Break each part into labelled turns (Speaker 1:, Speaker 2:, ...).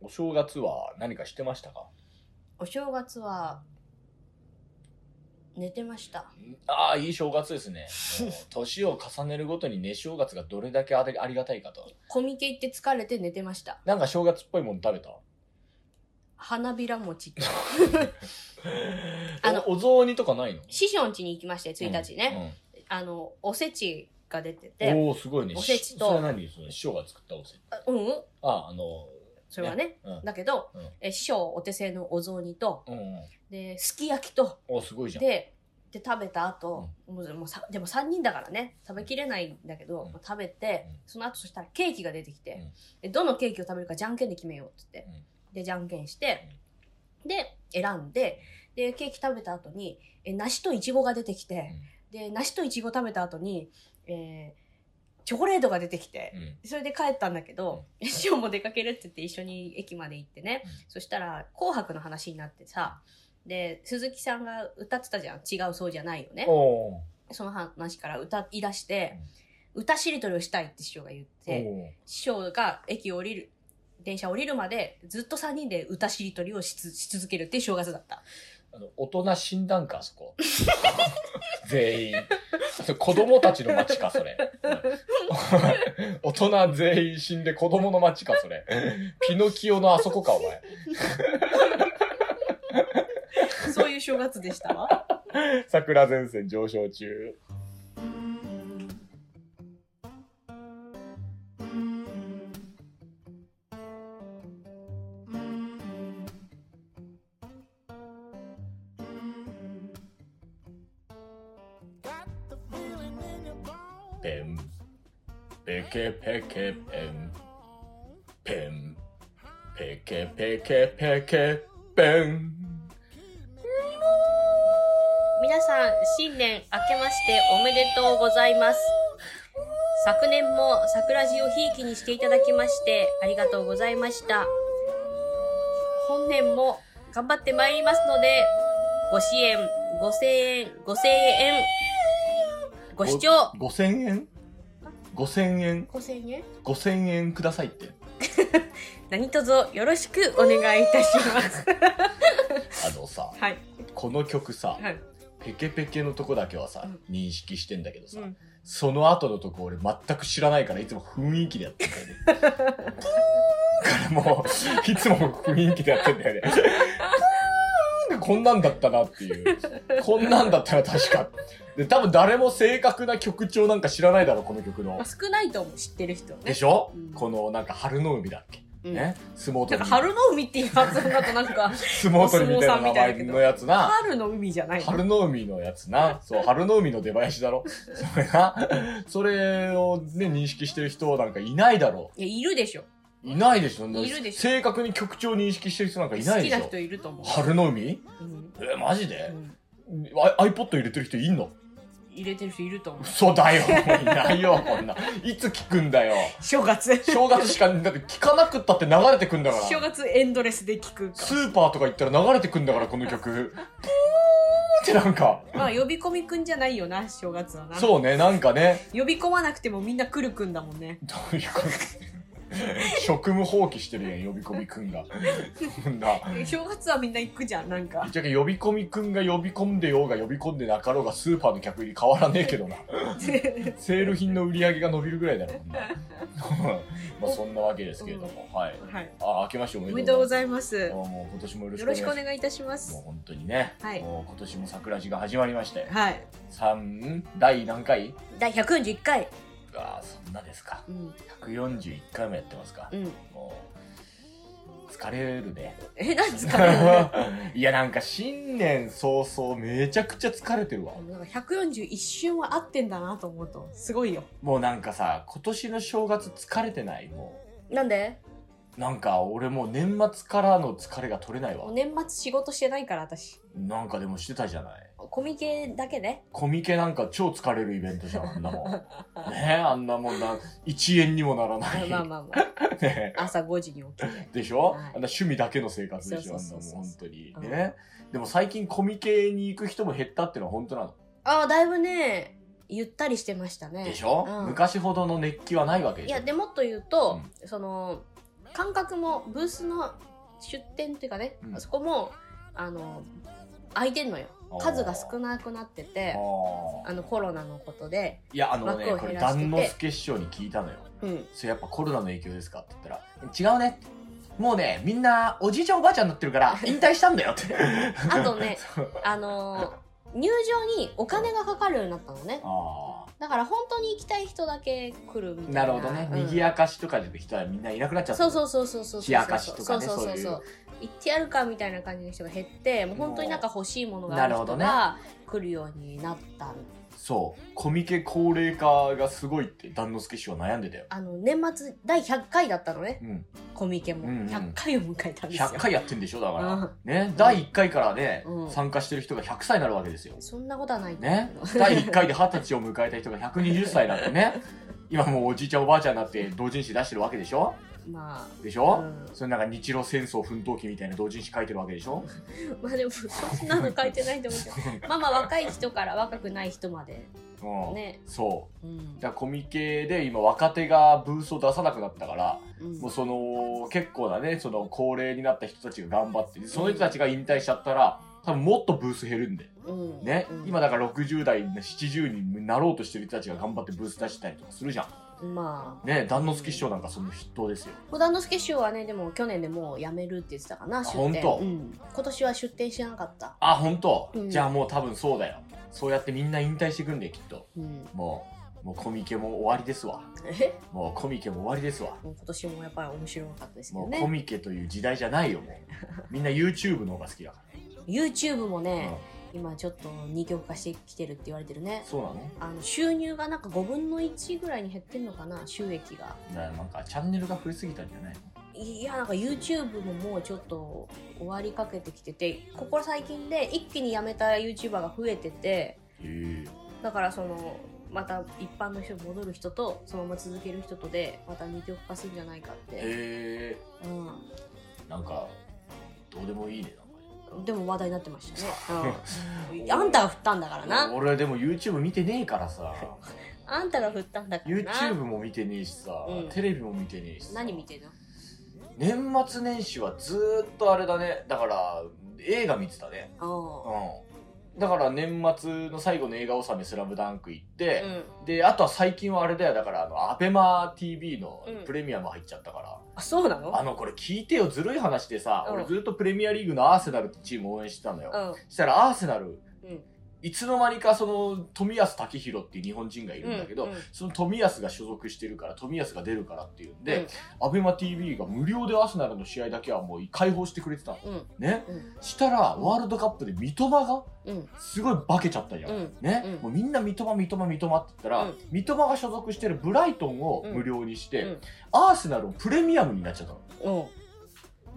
Speaker 1: お正月は何かしてましたか
Speaker 2: お正月は寝てました
Speaker 1: ああ、いい正月です ね。もう年を重ねるごとに寝正月がどれだけありありがたいかと。
Speaker 2: コミケ行って疲れて寝てました
Speaker 1: なんか正月っぽいもの食べた
Speaker 2: 花びら餅あ
Speaker 1: あ
Speaker 2: の
Speaker 1: のお雑煮とかないの
Speaker 2: 師匠ん家に行きまして1日ね、
Speaker 1: ね。
Speaker 2: あのおせちが出て
Speaker 1: うん
Speaker 2: て
Speaker 1: おお、すごいね。
Speaker 2: おせちと
Speaker 1: それは何それ師匠が作ったおせち。
Speaker 2: あうんうん
Speaker 1: あ、あの、
Speaker 2: それはね
Speaker 1: うん
Speaker 2: だけど、
Speaker 1: うん
Speaker 2: え師匠お手製のお雑煮と
Speaker 1: うんうん。
Speaker 2: ですき焼きと
Speaker 1: おすごいじゃん。
Speaker 2: でで食べた後、もうもうさでも3人だからね食べきれないんだけど、
Speaker 1: うん
Speaker 2: もう食べて、
Speaker 1: うん
Speaker 2: その後そしたらケーキが出てきて
Speaker 1: うん、
Speaker 2: でどのケーキを食べるかじゃんけんで決めようって言って、でじゃんけんして、で選んででケーキ食べた後にえ梨とイチゴが出てきて、で梨とイチゴ食べた後に、えーチョコレートが出てきて、
Speaker 1: うんうん
Speaker 2: それで帰ったんだけど、師匠も出かけるって言って一緒に駅まで行ってね、
Speaker 1: うん
Speaker 2: そしたら「紅白」の話になってさで鈴木さんが歌ってたじゃん「違うそうじゃないよね
Speaker 1: お」お
Speaker 2: その話から歌い出して、歌しりとりをしたいって師匠が言っ
Speaker 1: ー。
Speaker 2: て
Speaker 1: おー
Speaker 2: 師匠が駅を降りる電車を降りるまでずっと3人で歌しりとりをしつし続けるっていう正月だった
Speaker 1: あの大人診断か、あそ こ。全員。それ子供たちの街か、それ。うん大人全員死んで子供の街か、それ。ピノキオのあそこか、お前。
Speaker 2: そういう正月でしたわ
Speaker 1: 桜前線上昇中。ペン。ペケペケペン。ペン。ペケペケペケペン。
Speaker 2: 皆さん新年明けましておめでとうございます昨年も桜地をひいきにしていただきましてありがとうございました本年も頑張ってまいりますのでご支援ご声援ご声援ご視聴
Speaker 1: ご5000円 ?5000 円
Speaker 2: ご声援
Speaker 1: ?5000 円くださいって。
Speaker 2: 何卒よろしくお願いいたし ます。
Speaker 1: あのさ、
Speaker 2: はい。
Speaker 1: この曲さ、
Speaker 2: はい。
Speaker 1: ペケペケのとこだけはさ、
Speaker 2: う
Speaker 1: 認識してんだけどさ、
Speaker 2: うん
Speaker 1: その後のとこ俺全く知らないからいつも雰囲気でやってんだよね。プーンからもう、いつも雰囲気でやってんだよね。プーンでこんなんだったなっていう。こんなんだったら確か。で、多分誰も正確な曲調なんか知らないだろ、この曲の
Speaker 2: まあ、。少ないと思う、知ってる人は
Speaker 1: で
Speaker 2: ね。
Speaker 1: しょ、
Speaker 2: うん
Speaker 1: このなんか春の海だっけ、
Speaker 2: うん
Speaker 1: ね相撲
Speaker 2: な
Speaker 1: 取
Speaker 2: んか、
Speaker 1: り
Speaker 2: 春の海っていう発音だとなん
Speaker 1: 相
Speaker 2: か、
Speaker 1: 撲取りみたいな名前のやつな。
Speaker 2: 春の海じゃないの。
Speaker 1: 春の海のやつな。そう、春の海の出囃子だろ。 それな。それをね、認識してる人なんかいないだろ
Speaker 2: いや、いるでしょ。
Speaker 1: う。いないでしょ。
Speaker 2: いるでしょ
Speaker 1: 正確に曲調認識してる人なんかいな
Speaker 2: 好
Speaker 1: いで
Speaker 2: きな
Speaker 1: しょ
Speaker 2: 人。いると思う。
Speaker 1: 春の海
Speaker 2: うん
Speaker 1: え、マジ
Speaker 2: う
Speaker 1: で、
Speaker 2: ん
Speaker 1: ア ?iPod 入れてる人いんの
Speaker 2: 入れてる人いると思う。
Speaker 1: 嘘だよ。いないよ、こんな。いつ聞くんだよ。
Speaker 2: 正月。
Speaker 1: 正月しか、だって聞かなくったって流れてくんだから。
Speaker 2: 正月エンドレスで聞くか
Speaker 1: スーパーとか行ったら流れてくんだから、この曲。ブーン ってなんか。
Speaker 2: ら。まあ、呼び込みくんじゃないよな、正月はな。
Speaker 1: そうね、なんかね。
Speaker 2: 呼び込まなくてもみんな来るくんだもんね。
Speaker 1: どういうこと 職務放棄してるやん、呼び込みくん が。そんな。
Speaker 2: 正月はみんな行くじゃん、なんか
Speaker 1: ぶっ。ちゃけ呼び込みくんが呼び込んでようが呼び込んでなかろうがスーパーの客入り変わらねえけどな。セール品の売り上げが伸びるぐらいだろ、こんな。 まあそんなわけですけれども、はい。
Speaker 2: はい。
Speaker 1: あ、明けましてお
Speaker 2: お
Speaker 1: め
Speaker 2: め
Speaker 1: で
Speaker 2: で
Speaker 1: と
Speaker 2: とう
Speaker 1: う
Speaker 2: ご
Speaker 1: ござい
Speaker 2: ざいます。
Speaker 1: ます。
Speaker 2: よ
Speaker 1: どうも今年もよろしくお願いし
Speaker 2: ろしくお
Speaker 1: ます。
Speaker 2: 願いいたします
Speaker 1: もう。本当にね、
Speaker 2: はい
Speaker 1: もう今年も桜地が始まりまして、
Speaker 2: はい。
Speaker 1: 三第何回
Speaker 2: 第141回。
Speaker 1: ああ、そんなですか。
Speaker 2: うん。
Speaker 1: 141回もやってますか。
Speaker 2: うん。
Speaker 1: もう、疲れるね。
Speaker 2: え、なんですか ね
Speaker 1: いや、なんか新年早々めちゃくちゃ疲れてるわ。
Speaker 2: なんか141瞬は合ってんだなと思うと、すごいよ。
Speaker 1: もうなんかさ、今年の正月疲れてないも
Speaker 2: なんで
Speaker 1: う。なんか俺もう年末からの疲れが取れないわ
Speaker 2: もう。年末仕事してないから、私。
Speaker 1: なんかでもしてたじゃない。
Speaker 2: コミケだけね。
Speaker 1: コミケなんか超疲れるイベントじゃん、あんな もん。ねえ、あんなもんな、1円にもなら
Speaker 2: ま
Speaker 1: な
Speaker 2: あ
Speaker 1: い。
Speaker 2: まあまあまあ。
Speaker 1: ねえ
Speaker 2: 朝5時に起きて。
Speaker 1: でしょ、あ
Speaker 2: はい
Speaker 1: んな趣味だけの生活でしょあんな
Speaker 2: そ
Speaker 1: も
Speaker 2: うんそうそうそう
Speaker 1: 本当に。ね、でも最近コミケに行く人も減ったってのは本当なの。
Speaker 2: ああ、だいぶね、ゆったりしてましたね。
Speaker 1: でしょ、
Speaker 2: うん
Speaker 1: 昔ほどの熱気はないわけで
Speaker 2: い
Speaker 1: しょ
Speaker 2: や、でもっと言うと、その、感覚もブースの出店っていうかね、
Speaker 1: うん
Speaker 2: そこもあの空いてんのよ数が少
Speaker 1: い。
Speaker 2: なくなって
Speaker 1: あ
Speaker 2: て
Speaker 1: ー
Speaker 2: あのコロナのことで、
Speaker 1: いや、あのね、
Speaker 2: 枠を
Speaker 1: これ、
Speaker 2: 減らして
Speaker 1: 段
Speaker 2: て
Speaker 1: 之助師匠に聞いたのよ。
Speaker 2: うん、
Speaker 1: それやっぱコロナの影響ですかって言ったら、違うね。もうね、みんな、おじいちゃんおばあちゃんになってる から、引退したんだよって。
Speaker 2: あとね
Speaker 1: そう
Speaker 2: あの入場にお金がかかるようになったのね
Speaker 1: あ
Speaker 2: だから本当に行きたい人だけ来るみた
Speaker 1: あ。な
Speaker 2: いな
Speaker 1: るほどね。
Speaker 2: うん
Speaker 1: 賑やかしとかで人はみんないなくなっちゃった。
Speaker 2: そうそうそうそうそうそう
Speaker 1: 冷やかしとかね
Speaker 2: そうそう
Speaker 1: そういう
Speaker 2: そう行ってやるかみたいな感じの人が減ってもう本当になんか欲しいものがある
Speaker 1: もう
Speaker 2: 人が来るようになったの
Speaker 1: そう。コミケ高齢化がすごいって、段之助師匠は悩んでたよ。
Speaker 2: あの年末第100回だったのね
Speaker 1: うん。
Speaker 2: コミケ
Speaker 1: う
Speaker 2: も
Speaker 1: んうん
Speaker 2: 100回を迎えたんですよ
Speaker 1: 100回やってんでしょだから。
Speaker 2: うん
Speaker 1: ね、第1回からね、
Speaker 2: うん
Speaker 1: 参加してる人が100歳になるわけですよ。
Speaker 2: そんなことはないと思う
Speaker 1: ね
Speaker 2: けど、
Speaker 1: 第1回で20歳を迎えた人が120歳だってね、今もうおじいちゃんおばあちゃんになって同人誌出してるわけでしょ
Speaker 2: ま
Speaker 1: でし
Speaker 2: あ、
Speaker 1: ょ、
Speaker 2: うん
Speaker 1: それなんか日露戦争奮闘記みたいな同人誌書いてるわけでしょ
Speaker 2: まあでもそんなの書いてないと思う けどまあまあ若い人から若くない人まで
Speaker 1: うん。
Speaker 2: ね、
Speaker 1: そう。
Speaker 2: うん
Speaker 1: だからコミケで今若手がブースを出さなくなったから、
Speaker 2: うん
Speaker 1: もうその結構なね、その高齢になった人たちが頑張って、その人たちが引退しちゃったら、多分もっとブース減るんで。
Speaker 2: うん
Speaker 1: ね、
Speaker 2: うん
Speaker 1: 今だから60代70になろうとしてる人たちが頑張ってブース出したりとかするじゃ
Speaker 2: まあ
Speaker 1: んね段之助師匠なんかその筆頭ですよ
Speaker 2: 小田之助師匠はねでも去年でもう辞めるって言ってたかな出
Speaker 1: 本
Speaker 2: 店、
Speaker 1: 当
Speaker 2: うん、今年は出店しなかった、
Speaker 1: あ本当、
Speaker 2: うん
Speaker 1: じゃあもう多分そうだよそうやってみんな引退してくんできっと
Speaker 2: うん、
Speaker 1: もうもうコミケも終わりですわ
Speaker 2: え
Speaker 1: もうコミケも終わりですわ
Speaker 2: もう今年もやっぱり面白かったですけ
Speaker 1: も
Speaker 2: ど
Speaker 1: うコ
Speaker 2: ね
Speaker 1: ミケという時代じゃないよもうみんな YouTube の方が好きだか
Speaker 2: YouTube も
Speaker 1: ら、
Speaker 2: ね、今ちょっと二極化してきてるって言われてるね
Speaker 1: うん、そうなの
Speaker 2: あの収入がなんか5分の1ぐらいに減ってんのかな収益が
Speaker 1: だからなんかチャンネルが増えすぎたんじゃないの
Speaker 2: いやなんか YouTube ももうちょっと終わりかけてきててここ最近で一気に辞めた YouTuber が増えてて
Speaker 1: へえ
Speaker 2: だからそのまた一般の人に戻る人とそのまま続ける人とでまた二極化するんじゃないかって、
Speaker 1: へ
Speaker 2: う
Speaker 1: えなんかどうでもいいねなんかね
Speaker 2: ん、でも話題になってましたね、うん、あんたが振ったんだからな
Speaker 1: 俺でも YouTube 見てねえからさ
Speaker 2: あんたが振ったんだからな
Speaker 1: YouTube も見てねえしさ、
Speaker 2: うん
Speaker 1: テレビも見てねえしさ
Speaker 2: 何見てんの
Speaker 1: 年末年始はずーっとあれだねだから映画見てたね
Speaker 2: あ
Speaker 1: うんだから年末の最後の映画納め「スラムダンク行って
Speaker 2: あ、うん
Speaker 1: であとは最近はあれだよだからあのアベマ t v の
Speaker 2: うん
Speaker 1: プレミアム入っちゃったから、
Speaker 2: あそうなの
Speaker 1: あのこれ聞いてよずるい話でさ、
Speaker 2: うん
Speaker 1: 俺ずっとプレミアリーグのアーセナルってチームを応援してたのよ、
Speaker 2: うん
Speaker 1: したらアーセナル、
Speaker 2: うん
Speaker 1: いつの間にかその冨安健洋っていう日本人がいるんだけど、
Speaker 2: うんうん
Speaker 1: その冨安が所属してるから冨安が出るからっていうんで
Speaker 2: う、
Speaker 1: アベマ t v が無料でアーセナルの試合だけはもう開放してくれてたの
Speaker 2: うん
Speaker 1: ね、
Speaker 2: うん
Speaker 1: したらワールドカップで三笘が
Speaker 2: うん
Speaker 1: すごい化けちゃったじゃん、
Speaker 2: うん
Speaker 1: ね、
Speaker 2: うん
Speaker 1: もうみんな三笘三笘三笘って言ったら、
Speaker 2: うん
Speaker 1: 三笘が所属してるブライトンを無料にして、
Speaker 2: うん
Speaker 1: アーセナルをプレミアムになっちゃったの
Speaker 2: うん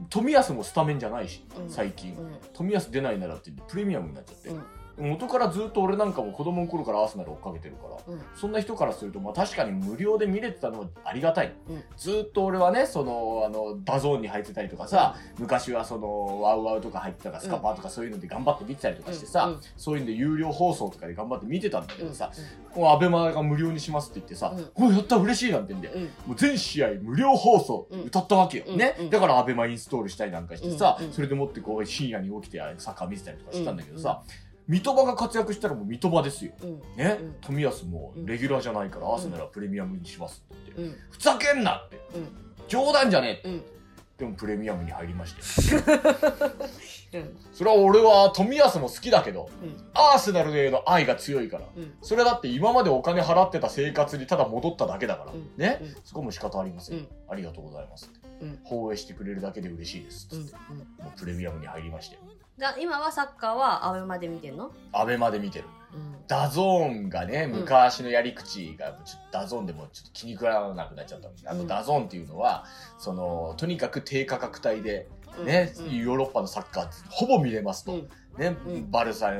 Speaker 1: 冨安もスタメンじゃないし、
Speaker 2: うん
Speaker 1: 最近、
Speaker 2: うん
Speaker 1: 冨安出ないならって言ってプレミアムになっちゃって、元からずっと俺なんかも子供の頃からアーセナル追っかけてるから、
Speaker 2: うん
Speaker 1: そんな人からすると、まあ、確かに無料で見れてたのはありがたい、
Speaker 2: うん
Speaker 1: ずっと俺はねそのあのダゾーンに入ってたりとかさ、昔はそのワウワウとか入ってたからスカパーとかそういうので頑張って見てたりとかしてさ、
Speaker 2: うんうん
Speaker 1: そういうんで有料放送とかで頑張って見てたんだけ
Speaker 2: う
Speaker 1: ど
Speaker 2: ん
Speaker 1: さ、もうアベマが無料にしますって言ってさ
Speaker 2: う
Speaker 1: 「
Speaker 2: ん
Speaker 1: おやった嬉しい」なんて言うんで、
Speaker 2: うん
Speaker 1: もう全試合無料放送
Speaker 2: うん
Speaker 1: 歌ったわけよ、
Speaker 2: うん
Speaker 1: ね、
Speaker 2: うん
Speaker 1: だからアベマインストールしたりなんかしてさ、
Speaker 2: うんうん
Speaker 1: それでもってこう深夜に起きてサッカー見てたりとかしてたんだけどさ、三笘が活躍したらもう三笘ですよ
Speaker 2: うん
Speaker 1: ね、
Speaker 2: うん
Speaker 1: 冨安もレギュラーじゃないから、アーセナルはプレミアムにしますって言って、
Speaker 2: うん
Speaker 1: ふざけんなって、
Speaker 2: うん
Speaker 1: 冗談じゃねえって
Speaker 2: うん
Speaker 1: でもプレミアムに入りまして
Speaker 2: うん
Speaker 1: それは俺は冨安も好きだけど
Speaker 2: うん
Speaker 1: アーセナルへの愛が強いから
Speaker 2: うん
Speaker 1: それだって今までお金払ってた生活にただ戻っただけだから、
Speaker 2: うん
Speaker 1: ね、
Speaker 2: うん
Speaker 1: そこも仕方ありません、
Speaker 2: うん
Speaker 1: ありがとうございますって、
Speaker 2: うん
Speaker 1: 放映してくれるだけで嬉しいですって
Speaker 2: う
Speaker 1: っ
Speaker 2: ん
Speaker 1: て、もうプレミアムに入りまして
Speaker 2: が今はサッカーはアベマで見てんの
Speaker 1: アベまで見てる
Speaker 2: うん
Speaker 1: ダゾーンがね
Speaker 2: うん
Speaker 1: 昔のやり口がちょっとダゾーンでもうちょっと気に食わなくなっちゃったんであ
Speaker 2: う
Speaker 1: の
Speaker 2: ん
Speaker 1: ダゾーンっていうのはそのとにかく低価格帯でね、
Speaker 2: うん
Speaker 1: ヨーロッパのサッカーほぼ見れますと、
Speaker 2: うん
Speaker 1: ね
Speaker 2: うん
Speaker 1: バルサ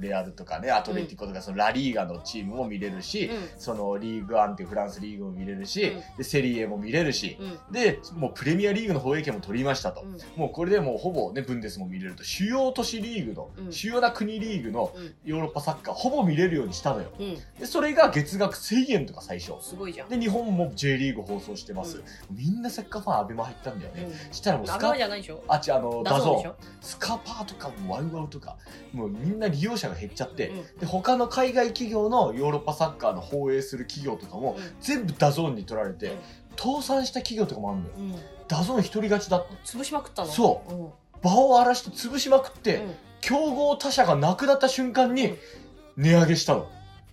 Speaker 1: レアルとかねアトレティコとかそのラリーガのチームも見れるし、
Speaker 2: う
Speaker 1: そのリーグアンっていうフランスリーグも見れるし、
Speaker 2: うん
Speaker 1: でセリエも見れるし、
Speaker 2: ん。うん。
Speaker 1: でもうプレミアリーグの放映権も取りましたと、
Speaker 2: うん
Speaker 1: もうこれでもうほぼねブンデスも見れると主要都市リーグの、
Speaker 2: うん
Speaker 1: 主要な国リーグの
Speaker 2: うん。
Speaker 1: ヨーロッパサッカーほぼ見れるようにしたのよ
Speaker 2: うん。
Speaker 1: でそれが月額1000円とか最初
Speaker 2: すごいじゃん。
Speaker 1: で日本も J リーグ放送してます、みんなサッカーファンアベマ入ったんだよ
Speaker 2: う
Speaker 1: ね、
Speaker 2: ん。
Speaker 1: したらもうス
Speaker 2: 仲
Speaker 1: カ
Speaker 2: 間じゃないでしょ
Speaker 1: あちあの
Speaker 2: ダ
Speaker 1: ダ
Speaker 2: ゾー
Speaker 1: ゾ
Speaker 2: ンでし
Speaker 1: ーン
Speaker 2: ょ
Speaker 1: スカパーとかワウワウとかもうみんな利用者が減っちゃって、
Speaker 2: うん
Speaker 1: で他の海外企業のヨーロッパサッカーの放映する企業とかも
Speaker 2: う
Speaker 1: 全部ダゾーンに取られて、
Speaker 2: うん
Speaker 1: 倒産した企業とかもあるんだよ
Speaker 2: ん。うん。
Speaker 1: ダゾーン一人勝ちだって
Speaker 2: 潰しまくったの。
Speaker 1: そう
Speaker 2: うん。
Speaker 1: 場を荒らして潰しまくって、
Speaker 2: うん
Speaker 1: 競合他社がなくなった瞬間
Speaker 2: う
Speaker 1: に
Speaker 2: ん
Speaker 1: 値上げしたの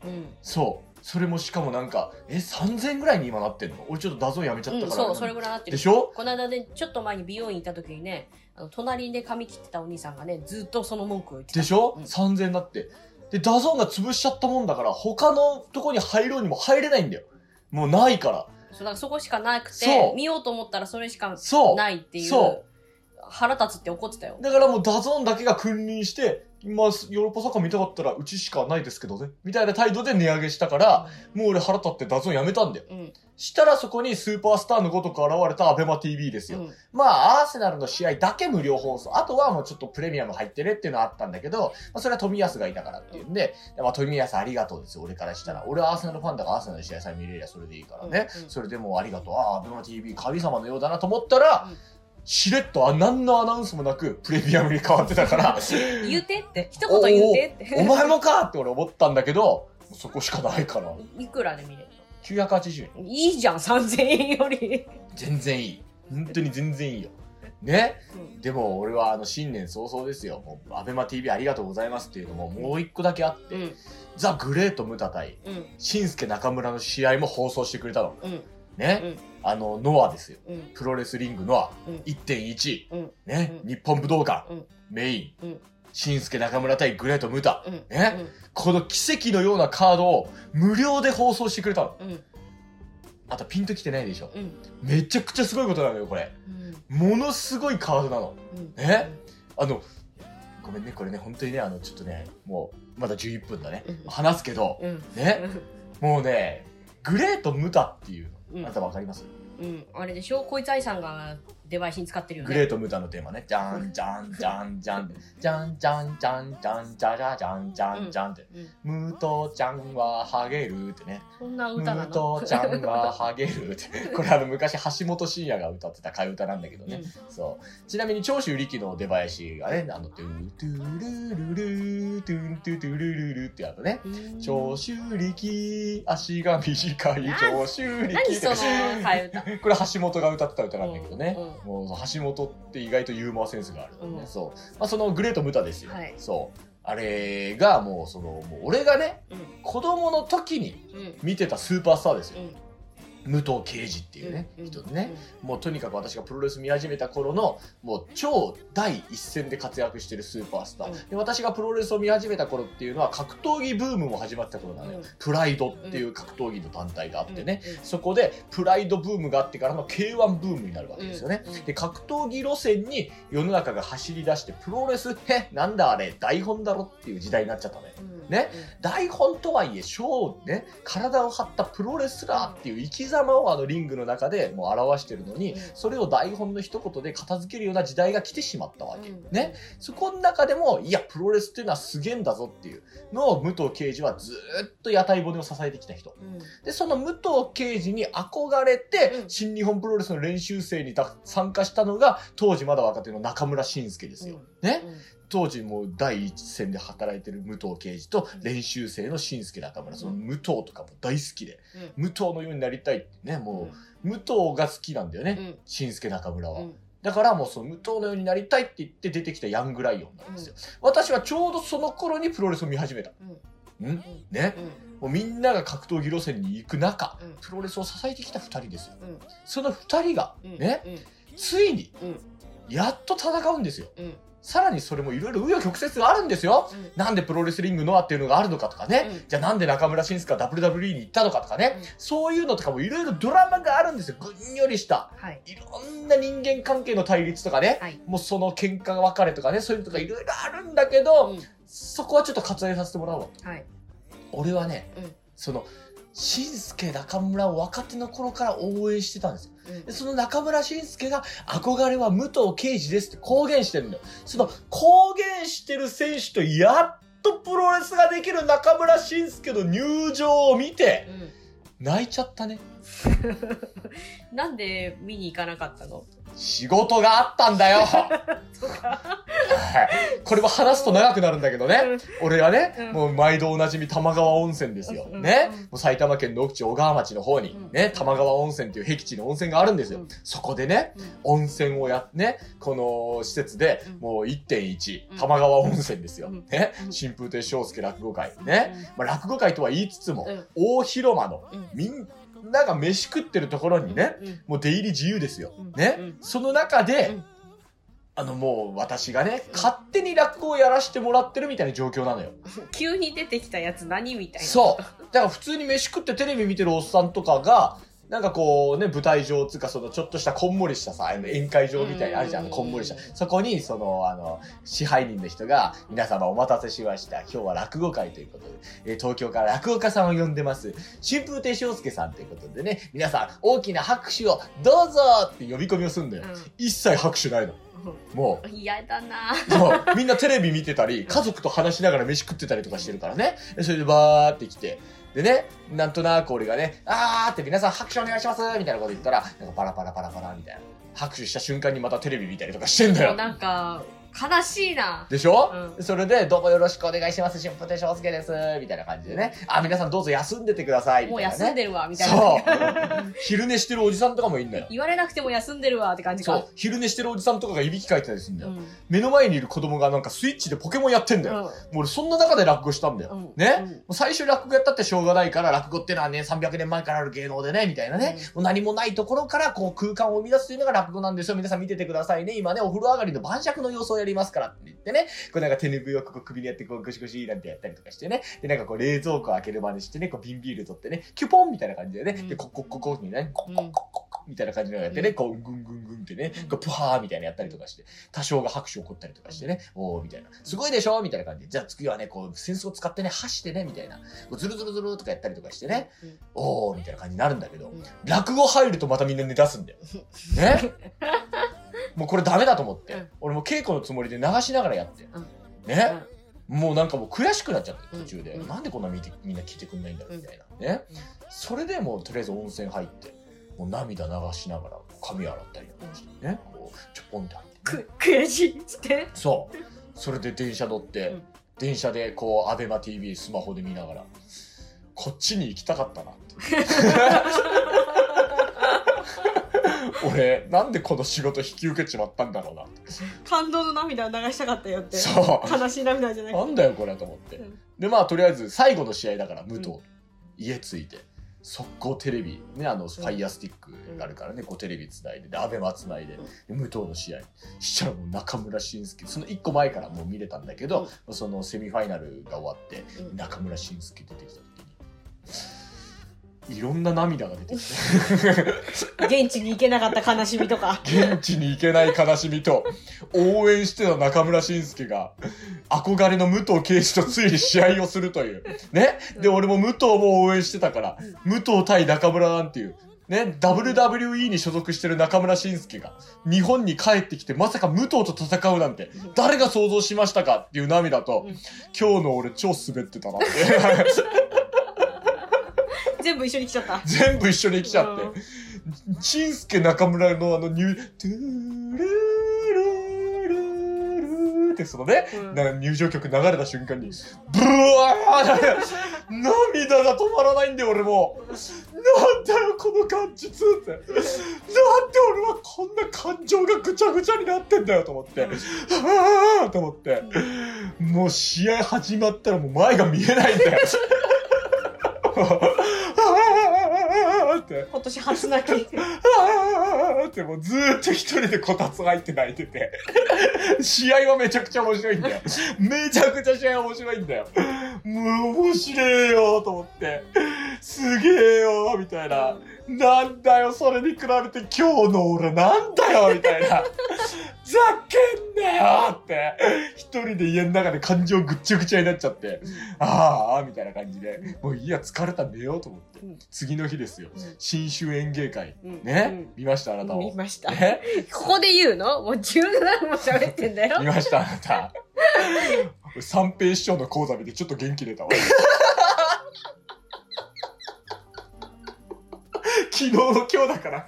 Speaker 2: うん。
Speaker 1: そうそれもしかもなんかえ3000円ぐらいに今なってんの俺ちょっとダゾーンやめちゃっ
Speaker 2: う
Speaker 1: た
Speaker 2: ん、
Speaker 1: から、
Speaker 2: そう、それぐらいなってる。
Speaker 1: でしょ
Speaker 2: この間ね、ちょっと前に美容院行った時にね、あの隣で髪切ってたお兄さんがね、ずっとその文句を言ってた。
Speaker 1: でしょ、
Speaker 2: うん
Speaker 1: ?3000 円だって。で、ダゾーンが潰しちゃったもんだから、他のとこに入ろうにも入れないんだよ。もうないから。
Speaker 2: そうだからそこしかなく
Speaker 1: そ
Speaker 2: て、
Speaker 1: う
Speaker 2: 見ようと思ったらそれしか
Speaker 1: そう。
Speaker 2: ないっていう。
Speaker 1: そ
Speaker 2: 腹立つって怒ってたよ。
Speaker 1: だからもうダゾーンだけが君臨して、今、ヨーロッパサッカー見たかったら、うちしかないですけどね。みたいな態度で値上げしたから、もう俺腹立ってダゾーンやめたんだよ。
Speaker 2: うん。うん。
Speaker 1: したらそこにスーパースターのごとく現れたアベマ TV ですよ。まあ、アーセナルの試合だけ無料放送。あとはもうちょっとプレミアム入ってねっていうのはあったんだけど、まあ、それは富安がいたからっていうんで、まあ、富安ありがとうですよ、俺からしたら。俺はアーセナルファンだからアーセナルの試合さえ見れりゃそれでいいからね。
Speaker 2: うんうん
Speaker 1: それでもうありがとう。ああ、アベマ TV 神様のようだなと思ったら、
Speaker 2: うん
Speaker 1: しれっとあ何のアナウンスもなくプレミアムに変わってた から、
Speaker 2: 言うてって、一言言うてって。
Speaker 1: お前もかって俺思ったんだけど、そこしかないから。
Speaker 2: いくらで見れる
Speaker 1: 980円。
Speaker 2: のいいじゃん、3000円より。
Speaker 1: 全然いい。本当に全然いいよ。ね
Speaker 2: うん
Speaker 1: でも俺はあの新年早々ですよ、もうアベマ t v ありがとうございますっていうのももう一個だけあって、
Speaker 2: うん。
Speaker 1: ザ・グレート・ムタ対、
Speaker 2: うん。
Speaker 1: しんすけ中村の試合も放送してくれたの。
Speaker 2: うん。
Speaker 1: ね、
Speaker 2: うん
Speaker 1: あの、ノアですよ。
Speaker 2: うん。
Speaker 1: プロレスリングノア、
Speaker 2: うん
Speaker 1: 1.1、
Speaker 2: うん
Speaker 1: ね、
Speaker 2: うん
Speaker 1: 日本武道館、
Speaker 2: うん
Speaker 1: メイン、
Speaker 2: うん
Speaker 1: しんすけ中村対グレート・ムタ、
Speaker 2: うん。
Speaker 1: ねこの奇跡のようなカードを無料で放送してくれたの。
Speaker 2: うん。うん。
Speaker 1: あとピンときてないでしょ。
Speaker 2: うん。
Speaker 1: めちゃくちゃすごいことなのよ、これ。
Speaker 2: うん。
Speaker 1: ものすごいカードなの。
Speaker 2: うん
Speaker 1: えあの、ごめんね、これね、本当にね、あの、ちょっとね、もう、まだ11分だね。
Speaker 2: うん
Speaker 1: 話すけど、
Speaker 2: うん。
Speaker 1: ね、もうね、グレート・ムタっていう
Speaker 2: う
Speaker 1: の、
Speaker 2: ん
Speaker 1: あなたわかります、
Speaker 2: うん。あれでしょ小財産がデバイスに使ってるよ
Speaker 1: グレ
Speaker 2: ね。
Speaker 1: ート・ムタのテーマね、じゃんじゃんじゃんじゃん、じゃんじゃんじゃんじゃんじゃじゃじゃんじゃんじゃんって、
Speaker 2: うん。
Speaker 1: ムトちゃんはハゲるってね、
Speaker 2: そんな
Speaker 1: ム
Speaker 2: 歌なの
Speaker 1: トちゃんはハゲる って、これあの昔橋本真也が歌ってた替え歌なんだけどね、そう。ちなみに長州力の出囃子がね、あの、トゥートゥルルルー、トゥントゥトゥルルルってやつね。
Speaker 2: うん。
Speaker 1: 長州力、足が短い
Speaker 2: な
Speaker 1: 長州力
Speaker 2: 何そ の
Speaker 1: こ
Speaker 2: 替え歌。
Speaker 1: れ橋本が歌ってた歌なんだけどね
Speaker 2: うん。
Speaker 1: もう橋本って意外とユーモアセンスがあるのね、
Speaker 2: うん
Speaker 1: そう。まあそのグレート・ムタですよ。
Speaker 2: はい
Speaker 1: そう。あれがもうその、もう俺がね、
Speaker 2: うん。
Speaker 1: 子供の時に
Speaker 2: うん。
Speaker 1: 見てたスーパースターです
Speaker 2: う
Speaker 1: よ。
Speaker 2: ん。
Speaker 1: 武藤敬司っていうね、人でね。もうとにかく私がプロレス見始めた頃のもう超第一線で活躍してるスーパースター、
Speaker 2: うん
Speaker 1: で私がプロレスを見始めた頃っていうのは格闘技ブームも始まってた頃なのよ、
Speaker 2: うん
Speaker 1: プライドっていう格闘技の団体があってね、
Speaker 2: うんうん
Speaker 1: そこでプライドブームがあってからの k 1ブームになるわけですよね、
Speaker 2: うんうん
Speaker 1: で格闘技路線に世の中が走り出してプロレスへなんだあれ台本だろっていう時代になっちゃったのよ
Speaker 2: うん。
Speaker 1: ね台本とはいえ、ショーね、体を張ったプロレスラーっていう生き様をあのリングの中でもう表してるのに
Speaker 2: うん、
Speaker 1: それを台本の一言で片付けるような時代が来てしまったわけ。
Speaker 2: うん
Speaker 1: ね。そこの中でも、いや、プロレスっていうのはすげえんだぞっていうのを武藤刑事はずーっと屋台骨を支えてきた人。
Speaker 2: うん。
Speaker 1: で、その武藤刑事に憧れて
Speaker 2: う、ん
Speaker 1: 新日本プロレスの練習生にだ参加したのが、当時まだ若手の中村慎介ですよ。ね。当時もう第一線で働いてる武藤刑事と
Speaker 2: うん
Speaker 1: 練習生の新助中村、その
Speaker 2: うん
Speaker 1: 武藤とかも大好きで、
Speaker 2: うん
Speaker 1: 武藤のようになりたいってね、
Speaker 2: うん。
Speaker 1: もう、武藤が好きなんだよね、
Speaker 2: うん
Speaker 1: 新助中村は、
Speaker 2: うん。うん
Speaker 1: だからもうその武藤のようになりたいって言って出てきたヤングライオンなんですよ。私はちょうどその頃にプロレスを見始めた。
Speaker 2: うん。
Speaker 1: んね
Speaker 2: う。ん。
Speaker 1: もうみんなが格闘技路線に行く中、
Speaker 2: うん
Speaker 1: プロレスを支えてきた二人ですよ。
Speaker 2: うん
Speaker 1: その二人が、
Speaker 2: うん。
Speaker 1: ね、
Speaker 2: うん。
Speaker 1: ついに
Speaker 2: うん、
Speaker 1: やっと戦うんですよ。
Speaker 2: うん。
Speaker 1: さらにそれもいろいろ紆余曲折があるんですよ。
Speaker 2: うん
Speaker 1: なんでプロレスリングのあっていうのがあるのかとかね、
Speaker 2: うん
Speaker 1: じゃあなんで中村慎介が WWE に行ったのかとかね、
Speaker 2: うん
Speaker 1: そういうのとかもいろいろドラマがあるんですよ。ぐんよりした。
Speaker 2: はい。
Speaker 1: いろんな人間関係の対立とかね、
Speaker 2: はい。
Speaker 1: もうその喧嘩別れとかね、そういうのとかいろいろあるんだけど、そこはちょっと割愛させてもらおうわ。
Speaker 2: はい。
Speaker 1: 俺はね、
Speaker 2: うん
Speaker 1: その、しんすけ中村を若手の頃から応援してたんですよ。
Speaker 2: うん
Speaker 1: でその中村しんすけが憧れは武藤敬司ですって公言してるんだよ。その公言してる選手とやっとプロレスができる中村しんすけの入場を見て、泣いちゃったね。
Speaker 2: うん。なんで見に行かなかったの
Speaker 1: 仕事があったんだよ はい
Speaker 2: とか。
Speaker 1: これも話すと長くなるんだけどね。俺はね、
Speaker 2: うん
Speaker 1: もう毎度おなじみ玉川温泉ですよ。
Speaker 2: うん
Speaker 1: ね
Speaker 2: うん。
Speaker 1: もう埼玉県の奥地小川町の方に
Speaker 2: うん、
Speaker 1: ね、玉川温泉っていう僻地の温泉があるんですよ。
Speaker 2: うん
Speaker 1: そこでね、温泉をやっね、この施設で
Speaker 2: うん
Speaker 1: もう1.1、
Speaker 2: うん
Speaker 1: 玉川温泉ですよ。
Speaker 2: うん
Speaker 1: ね
Speaker 2: う。ん
Speaker 1: 新風亭昇介落語会。ね。。まあ、落語会とは言いつつも、
Speaker 2: うん
Speaker 1: 大広間の
Speaker 2: うん
Speaker 1: みんなが飯食ってるところにね、。
Speaker 2: うん
Speaker 1: もう出入り自由ですよ。
Speaker 2: うん
Speaker 1: ね、
Speaker 2: うん
Speaker 1: その中で、
Speaker 2: うん
Speaker 1: あのもう私がね
Speaker 2: ん、
Speaker 1: 勝手に落語をやらしてもらってるみたいな状況なのよ。
Speaker 2: 急に出てきたやつ何みたいな。
Speaker 1: そう。だから普通に飯食ってテレビ見てるおっさんとかが、なんかこうね、舞台上つうか、そのちょっとしたこんもりしたさ、あの宴会場みたいなのあるじゃ
Speaker 2: うん
Speaker 1: ん、こんもりした。そこに、その、あの、支配人の人が、皆様お待たせしました。今日は落語会ということで、えー東京から落語家さんを呼んでます。春風亭昇介さんということでね、皆さん大きな拍手をどうぞって呼び込みをすんだよ。一切拍手ないの。もう。
Speaker 2: うん。嫌だな。
Speaker 1: そうみんなテレビ見てたり、家族と話しながら飯食ってたりとかしてるからね。それでバーって来て。でね、なんとなく俺がね、あーって皆さん拍手お願いしますみたいなこと言ったら、なんかパラパラパラパラみたいな。拍手した瞬間にまたテレビ見たりとかしてんだ
Speaker 2: もう
Speaker 1: よ。
Speaker 2: なんか、悲しいな。
Speaker 1: でしょ、
Speaker 2: う
Speaker 1: それで、どうもよろしくお願いします。春風亭昇介です。みたいな感じでね。あ、皆さんどうぞ休んでてください。み
Speaker 2: もう
Speaker 1: たいな、ね。
Speaker 2: 休んでるわ、みたいな。
Speaker 1: そう。昼寝してるおじさんとかもいんだよ。
Speaker 2: 言われなくても休んでるわって感じ
Speaker 1: そ
Speaker 2: か。
Speaker 1: う。昼寝してるおじさんとかがいびきかいてたりするんだよ。
Speaker 2: ん。
Speaker 1: 目の前にいる子供がなんかスイッチでポケモンやってんだよ。もう俺そんな中で落語したんだよ。
Speaker 2: うん
Speaker 1: ね、
Speaker 2: うん
Speaker 1: もう最初落語やったってしょうがないから、落語ってのはね、300年前からある芸能でね、みたいなね。もう何もないところから、こう空間を生み出すというのが落語なんですよ。皆さん見ててくださいね。今ね、お風呂上がりの晩酌の様子をやりますからって言ってね。こうなんか手拭いをここ首にやって、こうゴシゴシなんてやったりとかしてね。で、なんかこう冷蔵庫開けるまでしてね、こう瓶ビール取ってね、キュポンみたいな感じでね。
Speaker 2: うん
Speaker 1: で、コッコッコッコッにね、コ
Speaker 2: う
Speaker 1: ッ
Speaker 2: ん
Speaker 1: コッコッコッコッみたいな感じのやってね、
Speaker 2: うん
Speaker 1: こうグングングンってね
Speaker 2: うん、
Speaker 1: こうプハーみたいなやったりとかして。多少が拍手起こったりとかしてね、おーみたいな。すごいでしょみたいな感じで。じゃあ次はね、こう、センスを使ってね、箸してね、みたいな。こうズルズルズルとかやったりとかしてね、
Speaker 2: うん
Speaker 1: おーみたいな感じになるんだけど
Speaker 2: うん、
Speaker 1: 落語入るとまたみんな寝出す んだよ。ねもうこれダメだと思って、
Speaker 2: うん
Speaker 1: 俺も稽古のつもりで流しながらやって。
Speaker 2: うん
Speaker 1: ね、もうなんかもう悔しくなっちゃって
Speaker 2: うん
Speaker 1: 途中で、
Speaker 2: うん
Speaker 1: なんでこんな見てみんな聞いてくんないんだろうみたいな、ね、
Speaker 2: うん
Speaker 1: それでもうとりあえず温泉入ってもう涙流しながら髪洗ったりなんかしてねこうちょぽんって入ってね、
Speaker 2: く悔しいっつって。
Speaker 1: そうそれで電車乗って、
Speaker 2: うん
Speaker 1: 電車でこうアベマ t v スマホで見ながらこっちに行きたかったなって俺なんでこの仕事引き受けちまったんだろうなって
Speaker 2: 感動の涙を流したかったよって。
Speaker 1: そう
Speaker 2: 悲しい涙じゃなく
Speaker 1: な
Speaker 2: て。
Speaker 1: んだよこれと思って、
Speaker 2: うん
Speaker 1: でまあとりあえず最後の試合だから武藤、
Speaker 2: うん
Speaker 1: 家着いて速攻テレビねあのファイヤースティックがあるからね、こうテレビつないででアベマつないで,で、武藤の試合したらもう中村慎介その1個前からもう見れたんだけど、そのセミファイナルが終わって
Speaker 2: うん
Speaker 1: 中村慎介出てきた時にいろんな涙が出てきて
Speaker 2: 現地に行けなかった悲しみとか。
Speaker 1: 現地に行けない悲しみと、応援してた中村慎介が、憧れの武藤敬司とついに試合をするという。ね。で、俺も武藤も応援してたから、武藤対中村なんていう。ね、WWE に所属してる中村慎介が日本に帰ってきてまさか武藤と戦うなんて誰が想像しましたかっていう涙と
Speaker 2: うん
Speaker 1: 今日の俺超滑ってたなって
Speaker 2: 全部一緒に来ちゃった。
Speaker 1: 全部一緒に来ちゃって
Speaker 2: うん
Speaker 1: しんすけ中村のあのニュー、トゥールールールーってそのね、
Speaker 2: うん
Speaker 1: なんか入場曲流れた瞬間に、ブワーって涙が止まらないんだよ俺も。なんだよこの感じつって。なんで俺はこんな感情がぐちゃぐちゃになってんだよと思って。ああと思って。もう試合始まったら もう前が見えないんだよ。ああって。って。
Speaker 2: 今年初泣き。
Speaker 1: あーってもうずーっと一人でこたつ入って泣いてて。 試合はめちゃくちゃ面白いんだよ。めちゃくちゃ試合面白いんだよ。もう面白いよと思って。すげえよみたいな。なんだよ、それに比べて今日の俺なんだよみたいな。ざけんなよって。一人で家の中で感情ぐっちゃぐちゃになっちゃって。あーあーみたいな感じで。もういいや、疲れた寝ようと思って。
Speaker 2: うん
Speaker 1: 次の日ですよ
Speaker 2: うん。
Speaker 1: 新州演芸会。
Speaker 2: うん
Speaker 1: ね、見ましたあ
Speaker 2: う
Speaker 1: なんた
Speaker 2: 見
Speaker 1: も。
Speaker 2: ました。
Speaker 1: ね
Speaker 2: ここで言うのもう17分も喋ってんだよ
Speaker 1: 見。ましたあなた。俺三平師匠の講座見てちょっと元気出たわ。 昨日の今日だから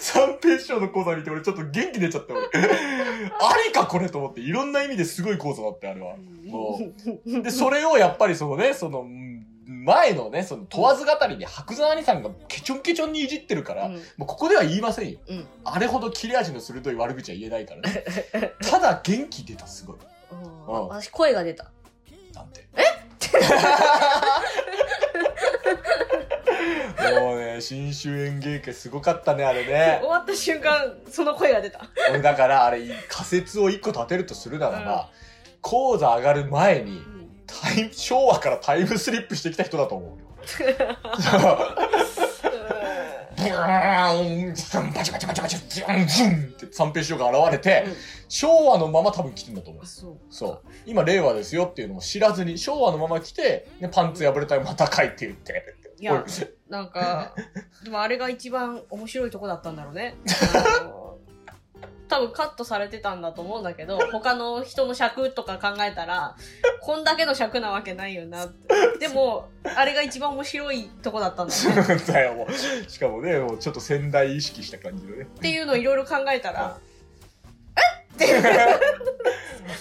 Speaker 1: 三平師匠の講座見て俺ちょっと元気出ちゃった俺。ありかこれと思っていろんな意味ですごい講座だってあれは。もで、それをやっぱりそのね、その、うん前のね、その問わず語りで白山兄さんがケチョンケチョンにいじってるから、
Speaker 2: うん
Speaker 1: もうここでは言いませんよ、
Speaker 2: うん
Speaker 1: あれほど切れ味の鋭い悪口は言えないからねただ元気出たすごい
Speaker 2: うん
Speaker 1: うん
Speaker 2: 私声が出た。
Speaker 1: なんてえもうね新州演芸会すごかったねあれね
Speaker 2: 終わった瞬間、その声が出た。
Speaker 1: 俺だからあれ仮説を一個立てるとするならば、講座上がる前にタイム昭和からタイムスリップしてきた人だと思うよブーンズンバチバチバチバチズンズンって三平師匠が現れて、
Speaker 2: うん
Speaker 1: 昭和のまま多分来てんだと思う
Speaker 2: あ、そう。
Speaker 1: そう。今、令和ですよっていうのも知らずに、昭和のまま来て、ね、パンツ破れたらまた書いて言って。
Speaker 2: いや
Speaker 1: おい
Speaker 2: なんか、でもあれが一番面白いとこだったんだろうね。あの多分カットされてたんだと思うんだけど、他の人の尺とか考えたら、こんだけの尺なわけないよなって。でも、あれが一番面白いとこだったんだ
Speaker 1: そ
Speaker 2: よね。
Speaker 1: うだよ、もう。しかもね、もうちょっと仙台意識した感じのね。
Speaker 2: っていうのをいろいろ考えたら、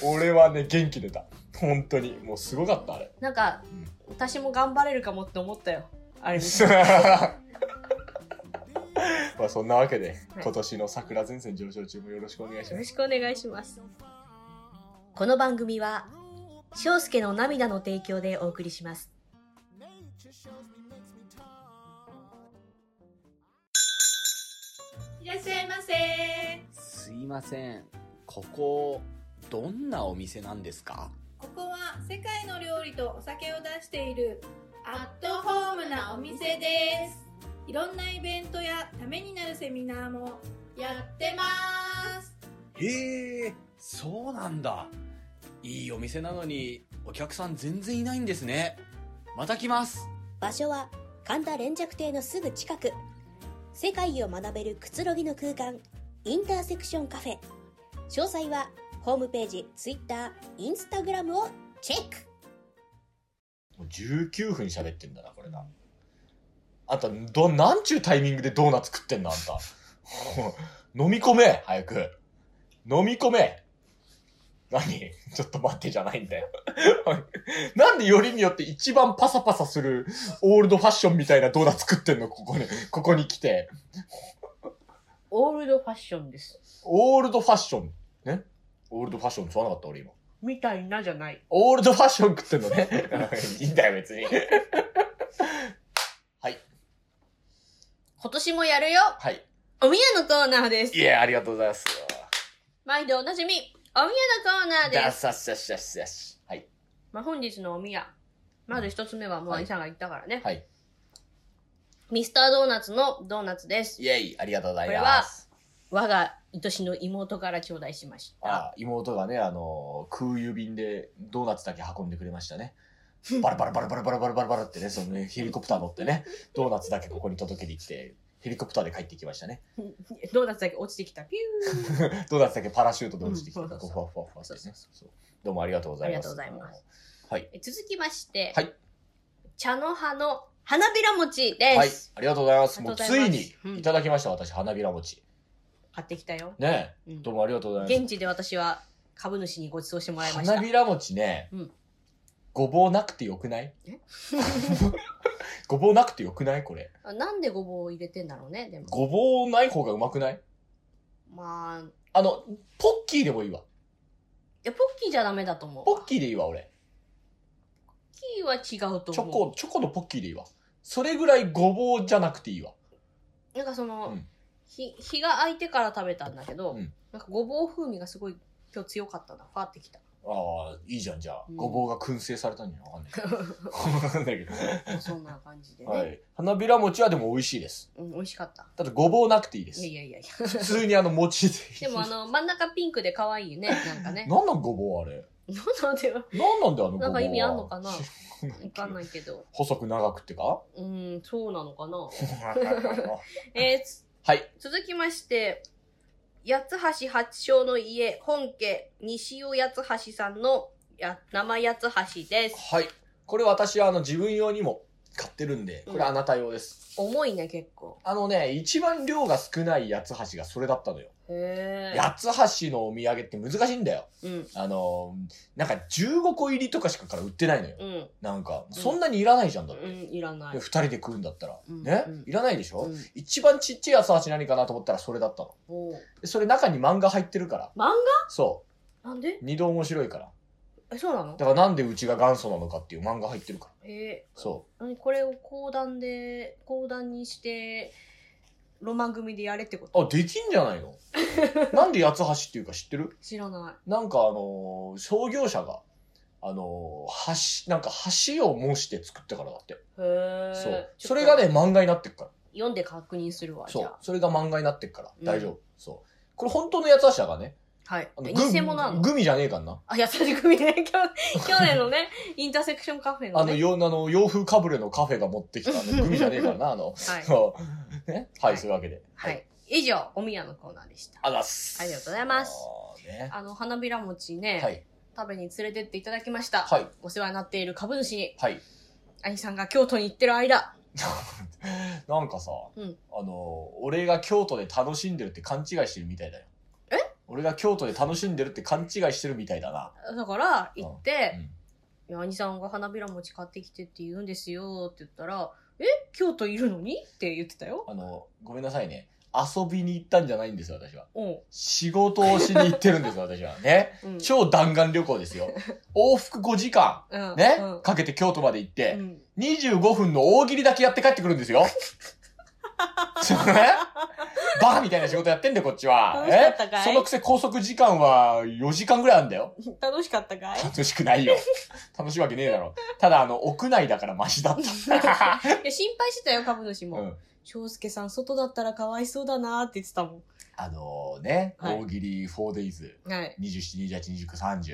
Speaker 1: 俺はね、元気出た。本当に。もうすごかった、あれ。
Speaker 2: なんか、私も頑張れるかもって思ったよ。あれ見て
Speaker 1: まあそんなわけで、今年の桜前線上昇中もよろしくお願いし
Speaker 2: よ
Speaker 1: ま
Speaker 2: ろ
Speaker 1: す。
Speaker 2: しくお願いします。この番組は、翔介の涙の提供でお送りします。いらっしゃいませ。
Speaker 3: すいません。ここ、どんなお店なんですか
Speaker 4: ここは世界の料理とお酒を出しているアットホームなお店です。いろんなイベントやためになるセミナーもやってます。
Speaker 3: へえ、そうなんだ。いいお店なのに、お客さん全然いないんですね。また来ます。
Speaker 5: 場所は神田連雀亭のすぐ近く世界を学べるくつろぎの空間インターセクションカフェ詳細はホームページ TwitterInstagram をチェック
Speaker 1: もう19分喋ってんだな、これな。あんた、ど、なんちゅうタイミングでドーナツ食ってんの、あんた。 飲み込め、早く。飲み込め。何 ちょっと待ってじゃないんだよ。 なんでよりによって一番パサパサするオールドファッションみたいなドーナツ食ってんの、ここに、ここに来て。
Speaker 2: オールドファッションです。
Speaker 1: オールドファッション。ねオールドファッションって言わなかった俺今。
Speaker 2: みたいなじゃない。
Speaker 1: オールドファッション食ってんのね。 いいんだよ、別に。
Speaker 2: 今年もやるよ
Speaker 1: はい。
Speaker 2: おみやのコーナーです
Speaker 1: い。や、ありがとうございます。
Speaker 2: 毎度おなじみ、おみやのコーナー
Speaker 1: じゃ
Speaker 2: で
Speaker 1: あ、
Speaker 2: す。
Speaker 1: さっしゃっしゃっしゃっし。はい。
Speaker 2: まあ、本日のおみや。まず一つ目はもう
Speaker 1: はい
Speaker 2: 兄さんが言ったからね。
Speaker 1: はい。
Speaker 2: ミスタードーナツのドーナツです。
Speaker 1: イェイありがとうございます。
Speaker 2: 我が愛しの妹から頂戴しました。
Speaker 1: あ妹がね、あの、空輸便でドーナツだけ運んでくれました ね。バラバラバラバラバラバラバラバラってね、そのね、ヘリコプター乗って ね、ドーナツだけここに届けに来て、ヘリコプターで帰ってきましたね。
Speaker 2: ドーナツだけ落ちてきた。ピュー
Speaker 1: ドーナツだけパラシュートで落ちてきて、
Speaker 2: う
Speaker 1: ふ
Speaker 2: ん
Speaker 1: わふわ
Speaker 2: そうそうそう
Speaker 1: ふわふわしてね。そうどうもありがとうございます。
Speaker 2: ありがとうございます。
Speaker 1: はい。
Speaker 2: え続きまして、
Speaker 1: はい
Speaker 2: 茶の葉の花びら餅です。
Speaker 1: はい。ありがとうございます。もう
Speaker 2: ありが
Speaker 1: つ
Speaker 2: とうご
Speaker 1: い
Speaker 2: ざいます
Speaker 1: に
Speaker 2: うん
Speaker 1: いただきました、私、花びら餅。
Speaker 2: 買ってきたよ。
Speaker 1: ねえ
Speaker 2: うん
Speaker 1: どうもありがとうございます。
Speaker 2: 現地で私は株主にご馳走してもらいました。
Speaker 1: 花びら餅ね、
Speaker 2: うん
Speaker 1: ごぼうなくてよくない
Speaker 2: え
Speaker 1: ごぼうなくてよくないこれ。
Speaker 2: あなんでごぼうを入れてんだろうね、でも。
Speaker 1: ごぼうない方がうまくない
Speaker 2: まあ、い
Speaker 1: あの、ポッキーでもいいわ。
Speaker 2: や、ポッキーじゃダメだと思う。
Speaker 1: ポ
Speaker 2: ポッ
Speaker 1: ッキーでいいわ、俺。
Speaker 2: キーは違うと思う。
Speaker 1: チョコ、チョコのポッキーでいいわ。それぐらいごぼうじゃなくていいわ。
Speaker 2: なんかその、
Speaker 1: うん
Speaker 2: 日日が空いてから食べたんだけど、
Speaker 1: うん
Speaker 2: なんかごぼう風味がすごい今日強かったなファーって きた
Speaker 1: ああ、いいじゃん、じゃあ。
Speaker 2: うん
Speaker 1: ごぼうが燻製されたんじゃわかんない。わかんないけど。
Speaker 2: そんな感じでね、
Speaker 1: はい。花びら餅はでも美味しいです。
Speaker 2: うん、美味しかった
Speaker 1: ただ、ごぼうなくていいで
Speaker 2: い
Speaker 1: す
Speaker 2: やい。やいやい
Speaker 1: 普
Speaker 2: や
Speaker 1: 通にあの餅でいい。
Speaker 2: でも あの真ん中ピンクで可愛いねなんかね
Speaker 1: なんなんごぼうあれ。
Speaker 2: なのでは
Speaker 1: なんなんだよ、あのごぼうは。
Speaker 2: なんか意味あんのかな
Speaker 1: 知ら
Speaker 2: わかんないけど
Speaker 1: 細く長くってか
Speaker 2: うんそうなのかな
Speaker 1: は
Speaker 2: えー、つ
Speaker 1: い。
Speaker 2: 続きまして八橋八丁の家本家西尾八橋さんのや生八橋です
Speaker 1: はい。これ私はあの自分用にも買ってるんで、これあなた用です。
Speaker 2: 重いね結構
Speaker 1: あのね、一番量が少ない八つ橋がそれだったのよ。
Speaker 2: へえ
Speaker 1: 八つ橋のお土産って難しいんだよ。
Speaker 2: うん
Speaker 1: あのー、なんか15個入りとかしかから売ってないのよ。
Speaker 2: うん
Speaker 1: なんか、そんなにいらないじゃんだって。
Speaker 2: うんいらない
Speaker 1: で二人で食うんだったら。
Speaker 2: うん
Speaker 1: ね
Speaker 2: うん
Speaker 1: いらないでしょ、
Speaker 2: うん
Speaker 1: 一番ちっちゃい八つ橋何かなと思ったらそれだったの。
Speaker 2: おう
Speaker 1: でそれ中に漫画入ってるから。
Speaker 2: 漫
Speaker 1: そ
Speaker 2: 画なんで
Speaker 1: う。二度面白いから。
Speaker 2: えそうなの
Speaker 1: だからなんでうちが元祖なのかっていう漫画入ってるから。
Speaker 2: え
Speaker 1: そ
Speaker 2: ー何これを講談で講談にしてロマン組でやれってこ
Speaker 1: う。
Speaker 2: と
Speaker 1: あ、できんじゃない のなんで八つ橋っていうか知ってる
Speaker 2: 知らな
Speaker 1: なんかあのー創業者が、あのー橋、なんか橋を模して作ったからだって。
Speaker 2: いへえ
Speaker 1: そう。それがね、漫画になってっから。
Speaker 2: 読んで確認するわじ
Speaker 1: そ
Speaker 2: ゃ
Speaker 1: う
Speaker 2: あ。
Speaker 1: それが漫画になってっから。
Speaker 2: うん
Speaker 1: 大丈夫。そう。これ本当の八つ橋だからね。
Speaker 2: はい
Speaker 1: あの
Speaker 2: え
Speaker 1: グミ
Speaker 2: 偽物なの
Speaker 1: グミじゃねえかんな。
Speaker 2: あ優しく見ね去去年のねインターセクションカフェ
Speaker 1: あ
Speaker 2: の
Speaker 1: の、
Speaker 2: ね
Speaker 1: ようあの洋風かぶれのカフェが持ってきたあのグミじゃねえからな、あの。
Speaker 2: はい
Speaker 1: そうね。は
Speaker 2: はい
Speaker 1: い、そういうわけで。
Speaker 2: は。い以上おみやのコーナーでした
Speaker 1: あざっす。
Speaker 2: ありがとうございます
Speaker 1: あーね。
Speaker 2: あの花びら餅ね、
Speaker 1: はい。
Speaker 2: 食べに連れてっていただきました、
Speaker 1: はい。
Speaker 2: お世話になっている株主に
Speaker 1: はい。
Speaker 2: 兄さんが京都に行ってる間
Speaker 1: なんかさ、
Speaker 2: うん
Speaker 1: あの俺が京都で楽しんでるって勘違いしてるみたいだよ
Speaker 2: え
Speaker 1: 俺が京都で楽しんでるって勘違いしてるみたいだな、
Speaker 2: だから行って
Speaker 1: うん
Speaker 2: 「いや兄さんが花びら餅買ってきてって言うんですよ」って言ったら「え京都いるのに?」って言ってたよ。
Speaker 1: あのごめんなさいね遊びに行ったんじゃないんですよ私は
Speaker 2: うん
Speaker 1: 仕事をしに行ってるん ですよ私はね
Speaker 2: うん
Speaker 1: 超弾丸旅行ですよ往復5時間
Speaker 2: うん
Speaker 1: ね、
Speaker 2: うん
Speaker 1: かけて京都まで行って、
Speaker 2: うん
Speaker 1: 25分の大喜利だけやって帰ってくるんです よ。それバーみたいな仕事やってんだよ、こっちは。
Speaker 2: 楽しかったかい
Speaker 1: えそのくせ拘束時間は4時間ぐらいあるんだよ。
Speaker 2: 楽しかったかい
Speaker 1: 楽しくないよ。楽しいわけねえだろ。ただ、あの、屋内だからマシだった。
Speaker 2: いや心配してたよ株主
Speaker 1: う
Speaker 2: も、
Speaker 1: ん。
Speaker 2: 翔介さん外だったらかわいそうだなって言ってたも
Speaker 1: あのね、
Speaker 2: はい
Speaker 1: 大喜利 4days。
Speaker 2: んはい
Speaker 1: 27、28、29、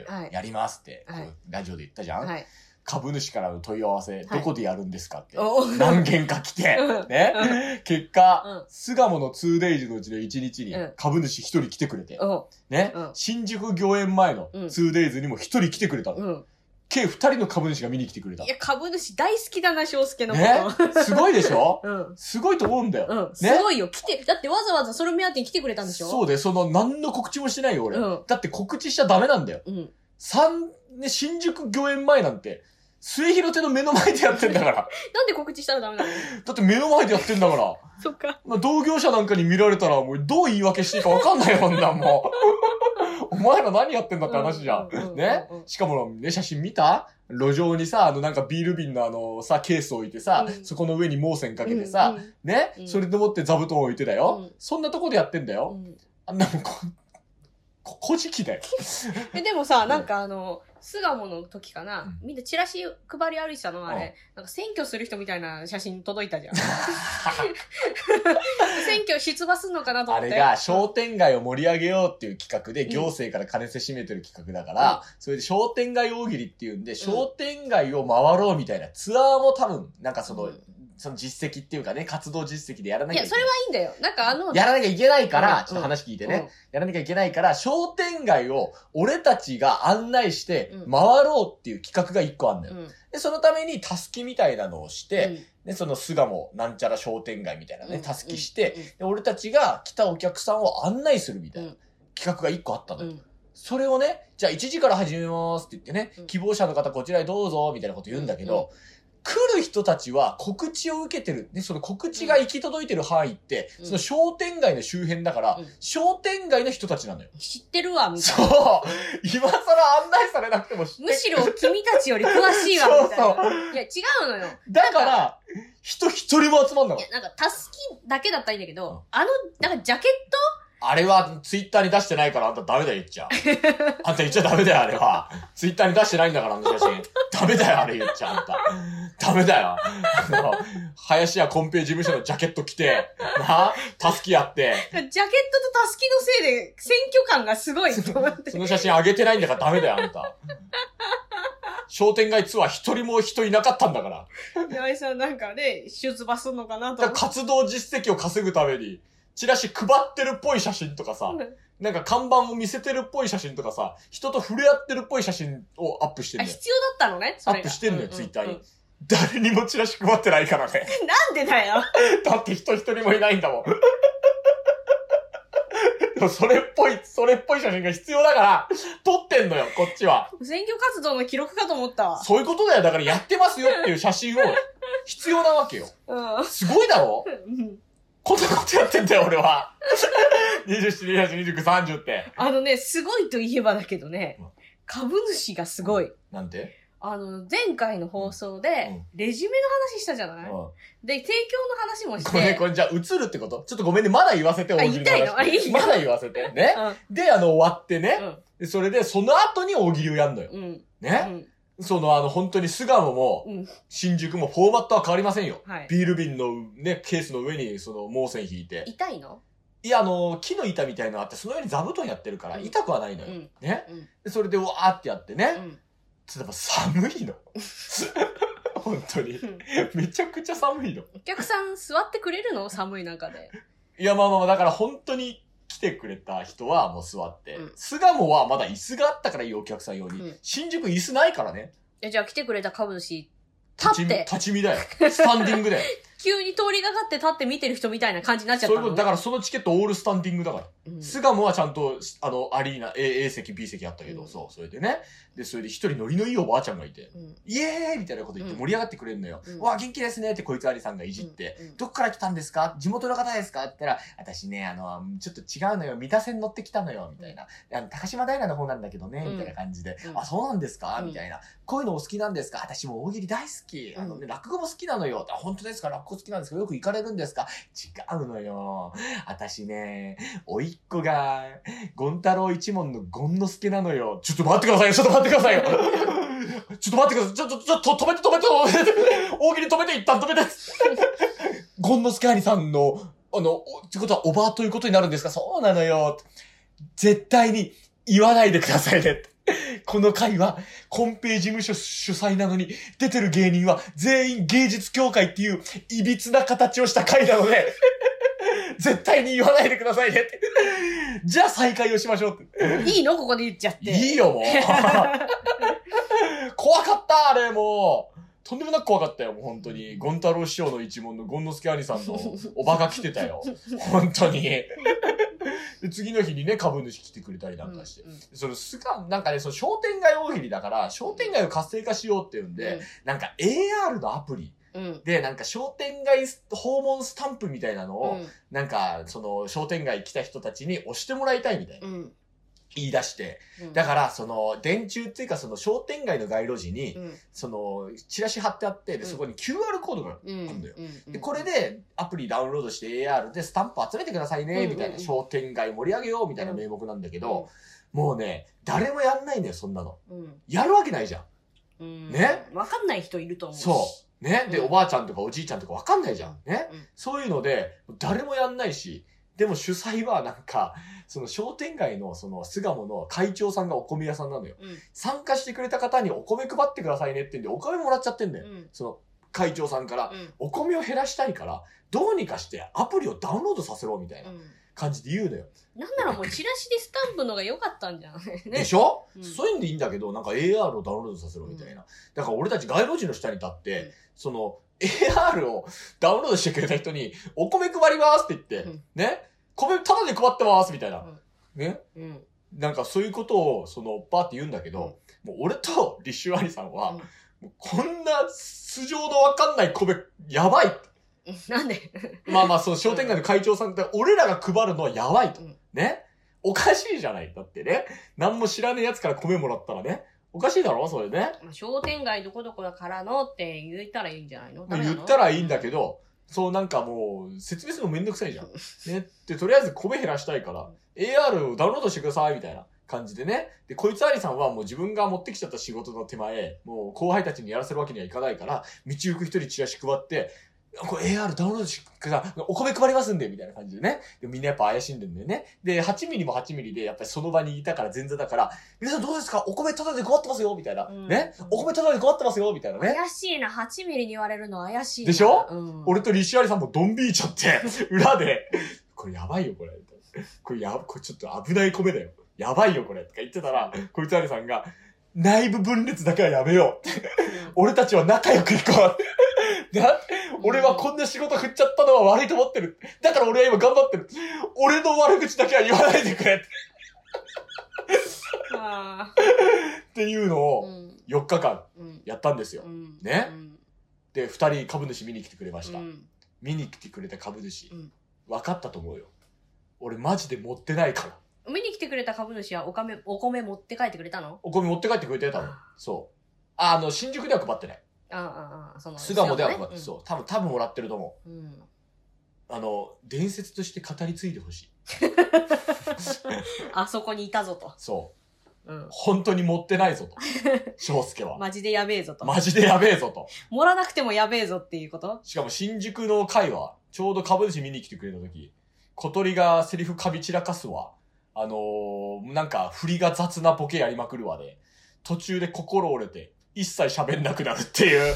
Speaker 1: 30、
Speaker 2: はい
Speaker 1: やりますって、
Speaker 2: はい
Speaker 1: こうラジオで言ったじゃん、
Speaker 2: はい
Speaker 1: 株主からの問い合わせ、どこでやるんですかって、
Speaker 2: お
Speaker 1: 何件か来て、ね、結果、
Speaker 2: うん
Speaker 1: 巣鴨の 2days のうちの1日に
Speaker 2: うん
Speaker 1: 株主1人来てくれて、
Speaker 2: お
Speaker 1: ね、
Speaker 2: うん
Speaker 1: 新宿御苑前の
Speaker 2: うん
Speaker 1: 2days にも1人来てくれたの。
Speaker 2: うん
Speaker 1: 計2人の株主が見に来てくれた
Speaker 2: い。や株主大好きだな翔介のこ
Speaker 1: ね、すごいでしょ
Speaker 2: と、うん
Speaker 1: すごいと思うんだよ。
Speaker 2: うん、すごいよ。来て、だってわざわざそれ目当てに来てくれたんでしょ
Speaker 1: そうで、その、何の告知もしてないよ、俺。
Speaker 2: うん
Speaker 1: だって告知しちゃダメなんだよ。
Speaker 2: う。うん。
Speaker 1: 三、ね、新宿御苑前なんて、末広亭の目の前でやってんだから。
Speaker 2: なんで告知したらダメなの
Speaker 1: だって目の前でやってんだから。
Speaker 2: そっか。
Speaker 1: まあ、同業者なんかに見られたら、もうどう言い訳していいかわかんないよ、こんなんもう。お前ら何やってんだ って話じゃ
Speaker 2: うんうんうんうん
Speaker 1: ん。ねしかも、ね、写真見た路上にさ、あの、なんかビール瓶のあの、さ、ケース置いてさ、
Speaker 2: うん
Speaker 1: そこの上に毛線かけてさ、
Speaker 2: うん
Speaker 1: ね、
Speaker 2: うん
Speaker 1: それでもって座布団置いてだよ。
Speaker 2: うん
Speaker 1: そんなとこでやってんだよ。
Speaker 2: うんうん
Speaker 1: あんなもんこ、こ、こじき だよ。
Speaker 2: え、でもさ、なんかあの、巣鴨の時かな、
Speaker 1: う
Speaker 2: みんなチラシ配り歩いてたの、あれ。なんか選挙する人みたいな写真届い たじゃん。 選挙出馬すんのかなと
Speaker 1: あ
Speaker 2: 思って。
Speaker 1: れが商店街を盛り上げようっていう企画で、
Speaker 2: ん
Speaker 1: 行政から金せしめてる企画だから、それで商店街大喜利っていうんで、商店街を回ろうみたいなツアーも多分、なんかその、
Speaker 2: うん
Speaker 1: その実績っていうかね、活動実績でやらないきゃ
Speaker 2: や、
Speaker 1: い
Speaker 2: そ
Speaker 1: け
Speaker 2: れ
Speaker 1: な。
Speaker 2: はいいいんだよ。なんかあの、
Speaker 1: やらなきゃいけないから、
Speaker 2: うん
Speaker 1: ちょっと話聞いてね、やらなきゃいけないから、商店街を俺たちが案内して
Speaker 2: うん
Speaker 1: 回ろうっていう企画が一個あんだ
Speaker 2: う
Speaker 1: よ、
Speaker 2: ん。うん。
Speaker 1: で、そのためにタスキみたいなのをして、
Speaker 2: うん
Speaker 1: で、その巣鴨なんちゃら商店街みたいな
Speaker 2: う
Speaker 1: ね、
Speaker 2: ん
Speaker 1: たすきして、で、俺たちが来たお客さんを案内するみたいな
Speaker 2: うん
Speaker 1: 企画が一個あったの
Speaker 2: う
Speaker 1: よ。
Speaker 2: ん。
Speaker 1: それをね、じゃあ1時から始めますって言ってね
Speaker 2: うん、
Speaker 1: 希望者の方こちらへどうぞみたいなこと言うんだけど、来る人たちは告知を受けてる。で、その告知が行き届いてる範囲って、
Speaker 2: うん
Speaker 1: その商店街の周辺だから、
Speaker 2: うん
Speaker 1: 商店街の人たちなのよ。
Speaker 2: 知ってるわ、みたい
Speaker 1: そう
Speaker 2: な。
Speaker 1: 今更案内されなくても知ってる
Speaker 2: むしろ君たちより詳しいわ、みたいな。
Speaker 1: そう
Speaker 2: いや、違うのよ。
Speaker 1: だから、人一人も集まんなか
Speaker 2: い
Speaker 1: っ
Speaker 2: や、なんか、たすきだけだったらいいんだけど、あの、なんか、ジャケット
Speaker 1: た。あれはツイッターに出してないからあんたダメだよ、言っちゃ。あんた言っちゃダメだよ、あれは。ツイッターに出してないんだから、あの写真。ダメだよ、あれ言っちゃ、あんた。ダメだよ。あの林家コンペイ事務所のジャケット着て、な、タスキやって、
Speaker 2: ジャケットとたすきのせいで、選挙感がすごいと思って
Speaker 1: そ。の写真上げてないんだからダメだよ、あんた。商店街ツアー一人も人いなかったんだから。
Speaker 2: 岩井さんなんかね、出馬すんのかなと
Speaker 1: だ
Speaker 2: 思
Speaker 1: から
Speaker 2: って。
Speaker 1: 活動実績を稼ぐために、チラシ配ってるっぽい写真とかさ、なんか看板を見せてるっぽい写真とかさ、人と触れ合ってるっぽい写真をアップして
Speaker 2: あ
Speaker 1: るのよ。
Speaker 2: 必要だったのね、それが
Speaker 1: アップしてんのよ
Speaker 2: ううう
Speaker 1: ツイッターに誰にもチラシ配ってないからね。
Speaker 2: なんでだよ。
Speaker 1: だって人一人もいないんだもん。 でもそれっぽい、それっぽい写真が必要だから、撮ってんのよ、こっちは。
Speaker 2: 選挙活動の記録かと思ったわ。
Speaker 1: そういうことだよ。だからやってますよっていう写真を、必要なわけよ。
Speaker 2: うん。
Speaker 1: すごいだろ
Speaker 2: うん
Speaker 1: こんなことやってんだよ、俺は。27、28、29、30って。
Speaker 2: あのね、すごいといえばだけどね
Speaker 1: うん、
Speaker 2: 株主がすごい。
Speaker 1: なんて、
Speaker 2: あの、前回の放送で、レジュメの話したじゃない、で、提供の話もして。
Speaker 1: ごめん、これじゃあ映るってことちょっとごめんね、まだ言わせて、
Speaker 2: あ
Speaker 1: 大喜利の話
Speaker 2: 言いたいのあいいよ
Speaker 1: まだ言わせて。ね。で、あの、終わってね。でそれで、その後に大喜利をやんのよ。
Speaker 2: うん。うん。う
Speaker 1: ね。
Speaker 2: ん。
Speaker 1: その、あの、本当に巣鴨も、
Speaker 2: うん。
Speaker 1: 新宿もフォーマットは変わりませんよ。
Speaker 2: はい。
Speaker 1: ビール瓶のね、ケースの上に、その、盲線引いて。
Speaker 2: 痛いの
Speaker 1: いや、あの、木の板みたいのあって、その上に座布団やってるから、
Speaker 2: うん
Speaker 1: 痛くはないうのよ。
Speaker 2: ん。
Speaker 1: ね
Speaker 2: うん。
Speaker 1: でそれで、わーってやってね。
Speaker 2: うん。
Speaker 1: ちょっとやっぱ寒 いの。本当に。めちゃくちゃ寒いの。
Speaker 2: お客さん座ってくれるの寒い中で。
Speaker 1: いや、まあまあまあ、だから本当に来てくれた人はもう座って
Speaker 2: うん。
Speaker 1: 巣、鴨、はまだ椅子があったからいいお客さん用に。
Speaker 2: うん
Speaker 1: 新宿椅子ないからね。
Speaker 2: え、じゃあ来てくれた株主、立っ
Speaker 1: 見
Speaker 2: て、
Speaker 1: 立ち見だよ。スタンディングだよ。
Speaker 2: 急に通りがかって立って見てる人みたいな感じになっちゃっ
Speaker 1: そう
Speaker 2: た
Speaker 1: いう
Speaker 2: の
Speaker 1: こと、だからそのチケットオールスタンディングだから。
Speaker 2: うん
Speaker 1: 巣、鴨、はちゃんと、あの、アリーナ、A, A 席、B 席あったけど、
Speaker 2: うん
Speaker 1: そう、それでね。で、それで一人ノリのいいおばあちゃんがいて、
Speaker 2: うん
Speaker 1: イエーイみたいなこと言って盛り上がってくれるのよ。
Speaker 2: うん
Speaker 1: わあ、元気ですねってこいつアリさんがいじって。
Speaker 2: うん
Speaker 1: どっから来たんですか地元の方ですかって言ったら、私ね、あの、ちょっと違うのよ、三田線乗ってきたのよ、みたいな。あの高島平の方なんだけどね、
Speaker 2: うん
Speaker 1: みたいな感じで、
Speaker 2: うん
Speaker 1: あ、そうなんですか
Speaker 2: うん
Speaker 1: みたいな。こういうのお好きなんですか私も大喜利大好き。あのね、落語も好きなのよ。あ、本当ですか落語好きなんですかよく行かれるんですか違うのよ。私ね、おいっ子が、ゴン太郎一門のゴンの助なのよ。ちょっと待ってくださいよ、ちょっと待ってくださいよ。 ちょっと待ってください。ちょ、ちょ、ちょ、と止めて止めて止めて。大喜利止めて、一旦止めて。ゴンの助兄さんの、あの、おってことはおばあということになるんですかそうなのよ。絶対に言わないでくださいね。この会は、コンペイ事務所主催なのに、出てる芸人は全員芸術協会っていう、いびつな形をした会なので、絶対に言わないでくださいねって。じゃあ再会をしましょうって。
Speaker 2: いいのここで言っちゃって。
Speaker 1: いいよ、もう。怖かった、あれ、もう。とんでもなく怖かったよ、もう本当に。ゴン太郎師匠の一門のゴンの助兄さんのおばが来てた よ。本当に。で次の日にね、株主来てくれたりなんかして。
Speaker 2: うんうん
Speaker 1: その、すが、なんかね、その商店街大喜利だから、商店街を活性化しようっていうんで、なんか AR のアプリ
Speaker 2: うん、うん。
Speaker 1: で、なんか商店街訪問スタンプみたいなのを、
Speaker 2: うん
Speaker 1: なんか、その、商店街来た人たちに押してもらいたいみたいな。
Speaker 2: うん。
Speaker 1: 言い出して。
Speaker 2: うん
Speaker 1: だから、その、電柱っていうか、その商店街の街路地に、
Speaker 2: うん
Speaker 1: その、チラシ貼ってあって、で、
Speaker 2: うん
Speaker 1: そこに QR コードがある。
Speaker 2: うん
Speaker 1: 今度よ
Speaker 2: うん
Speaker 1: で、これで、アプリダウンロードして AR でスタンプ集めてください
Speaker 2: うんうん
Speaker 1: ね、
Speaker 2: うん
Speaker 1: みたいな。商店街盛り上げよう、みたいな名目なんだけど、もうね、誰もやんないんだよ、そんなの。
Speaker 2: うん
Speaker 1: やるわけないじゃん。
Speaker 2: うん
Speaker 1: ね
Speaker 2: わかんない人いると思うし
Speaker 1: そう。ね。で、
Speaker 2: うん
Speaker 1: おばあちゃんとかおじいちゃんとかわかんないじゃん。ね
Speaker 2: うん。
Speaker 1: そういうので、誰もやんないし、でも主催はなんか、その商店街のその巣鴨の会長さんがお米屋さんなのよ。
Speaker 2: うん
Speaker 1: 参加してくれた方にお米配ってくださいねってんで、お金もらっちゃってんだよ。
Speaker 2: うん
Speaker 1: その会長さんから
Speaker 2: う、ん
Speaker 1: お米を減らしたいから、どうにかしてアプリをダウンロードさせろみたいうなん感じで言うのよ。
Speaker 2: なんならもうチラシでスタンプのが良かったんじゃない
Speaker 1: で
Speaker 2: ね
Speaker 1: しょ、
Speaker 2: うん
Speaker 1: そういうんでいいんだけど、なんか AR をダウンロードさせろみたいな。だから俺たち街路樹の下に立って、
Speaker 2: うん
Speaker 1: その AR をダウンロードしてくれた人に、お米配りますって言って、
Speaker 2: うん
Speaker 1: ね米タダで配ってますみたいな。
Speaker 2: うん
Speaker 1: ね
Speaker 2: うん
Speaker 1: なんかそういうことを、その、バーって言うんだけど、もう俺と立秋兄さんは、
Speaker 2: うん
Speaker 1: こんな素性のわかんない米、やばい
Speaker 2: なんで
Speaker 1: まあまあ、その商店街の会長さんって、俺らが配るのはやばいと
Speaker 2: うん。
Speaker 1: ね。おかしいじゃない。だってね。何も知らねえやつから米もらったらね。おかしいだろそれね。
Speaker 2: まあ商店街どこどこだからのって言ったらいいんじゃないのダメな
Speaker 1: 言
Speaker 2: の
Speaker 1: ったらいいんだけど、そうなんかもう、説明するのめんどくさいじゃん。ね。で、とりあえず米減らしたいから、AR をダウンロードしてください、みたいな感じでね。で、こいつありさんはもう自分が持ってきちゃった仕事の手前、もう後輩たちにやらせるわけにはいかないから、道行く人にチラシ配って、これ AR ダウンロードしてください。お米配りますんで、みたいな感じでね。で、みんなやっぱ怪しんでんだよね。で、8ミリも8ミリで、やっぱりその場にいたから前座だから、皆さんどうですかお米タダで配ってますよみたいな。
Speaker 2: うん
Speaker 1: ね。お米タダで配ってますよみたいなね。
Speaker 2: 怪しいな、8ミリに言われるの怪しいな。
Speaker 1: でしょ
Speaker 2: うん。
Speaker 1: 俺と西有さんもドンビーちゃ って、裏で、これやばいよ、これ。これや、これちょっと危ない米だよ。やばいよ、これ。とか言ってたら、こいつ有さんが、内部分裂だけはやめよう。俺たちは仲良く行こう。 な、俺はこんな仕事振っちゃったのは悪いと思ってる。だから俺は今頑張ってる。俺の悪口だけは言わないでくれ。
Speaker 2: あ
Speaker 1: っていうの
Speaker 2: ーう
Speaker 1: を、
Speaker 2: ん。
Speaker 1: 4日間
Speaker 2: うん。
Speaker 1: やったんですよ
Speaker 2: う。ん。
Speaker 1: ね
Speaker 2: うん
Speaker 1: で、2人株主見に来てくれました
Speaker 2: う。ん。
Speaker 1: 見に来てくれた株主、
Speaker 2: うん
Speaker 1: 分かったと思うよ俺マジで持ってないから
Speaker 2: 見に来てくれた株主はお米、お米持って帰ってくれたの
Speaker 1: お米持って帰ってくれてたのそうああの新宿では配ってない
Speaker 2: ああ、ああ、その。
Speaker 1: 巣鴨では配って、
Speaker 2: 巣鴨
Speaker 1: そう
Speaker 2: ね
Speaker 1: 多分多分もらってると思
Speaker 2: うん。うん。
Speaker 1: うあの伝説として語り継いでほしい
Speaker 2: あそこにいたぞと。
Speaker 1: そう
Speaker 2: うん。
Speaker 1: 本当に持ってないぞと翔介は、
Speaker 2: マジでやべえぞと。
Speaker 1: マジでやべえぞと
Speaker 2: 盛らなくてもやべえぞっていうこと
Speaker 1: しかも新宿の会はちょうど株主見に来てくれた時小鳥がセリフかび散らかすわあのーなんか振りが雑なボケやりまくるわで途中で心折れて一切喋んなくなるっていう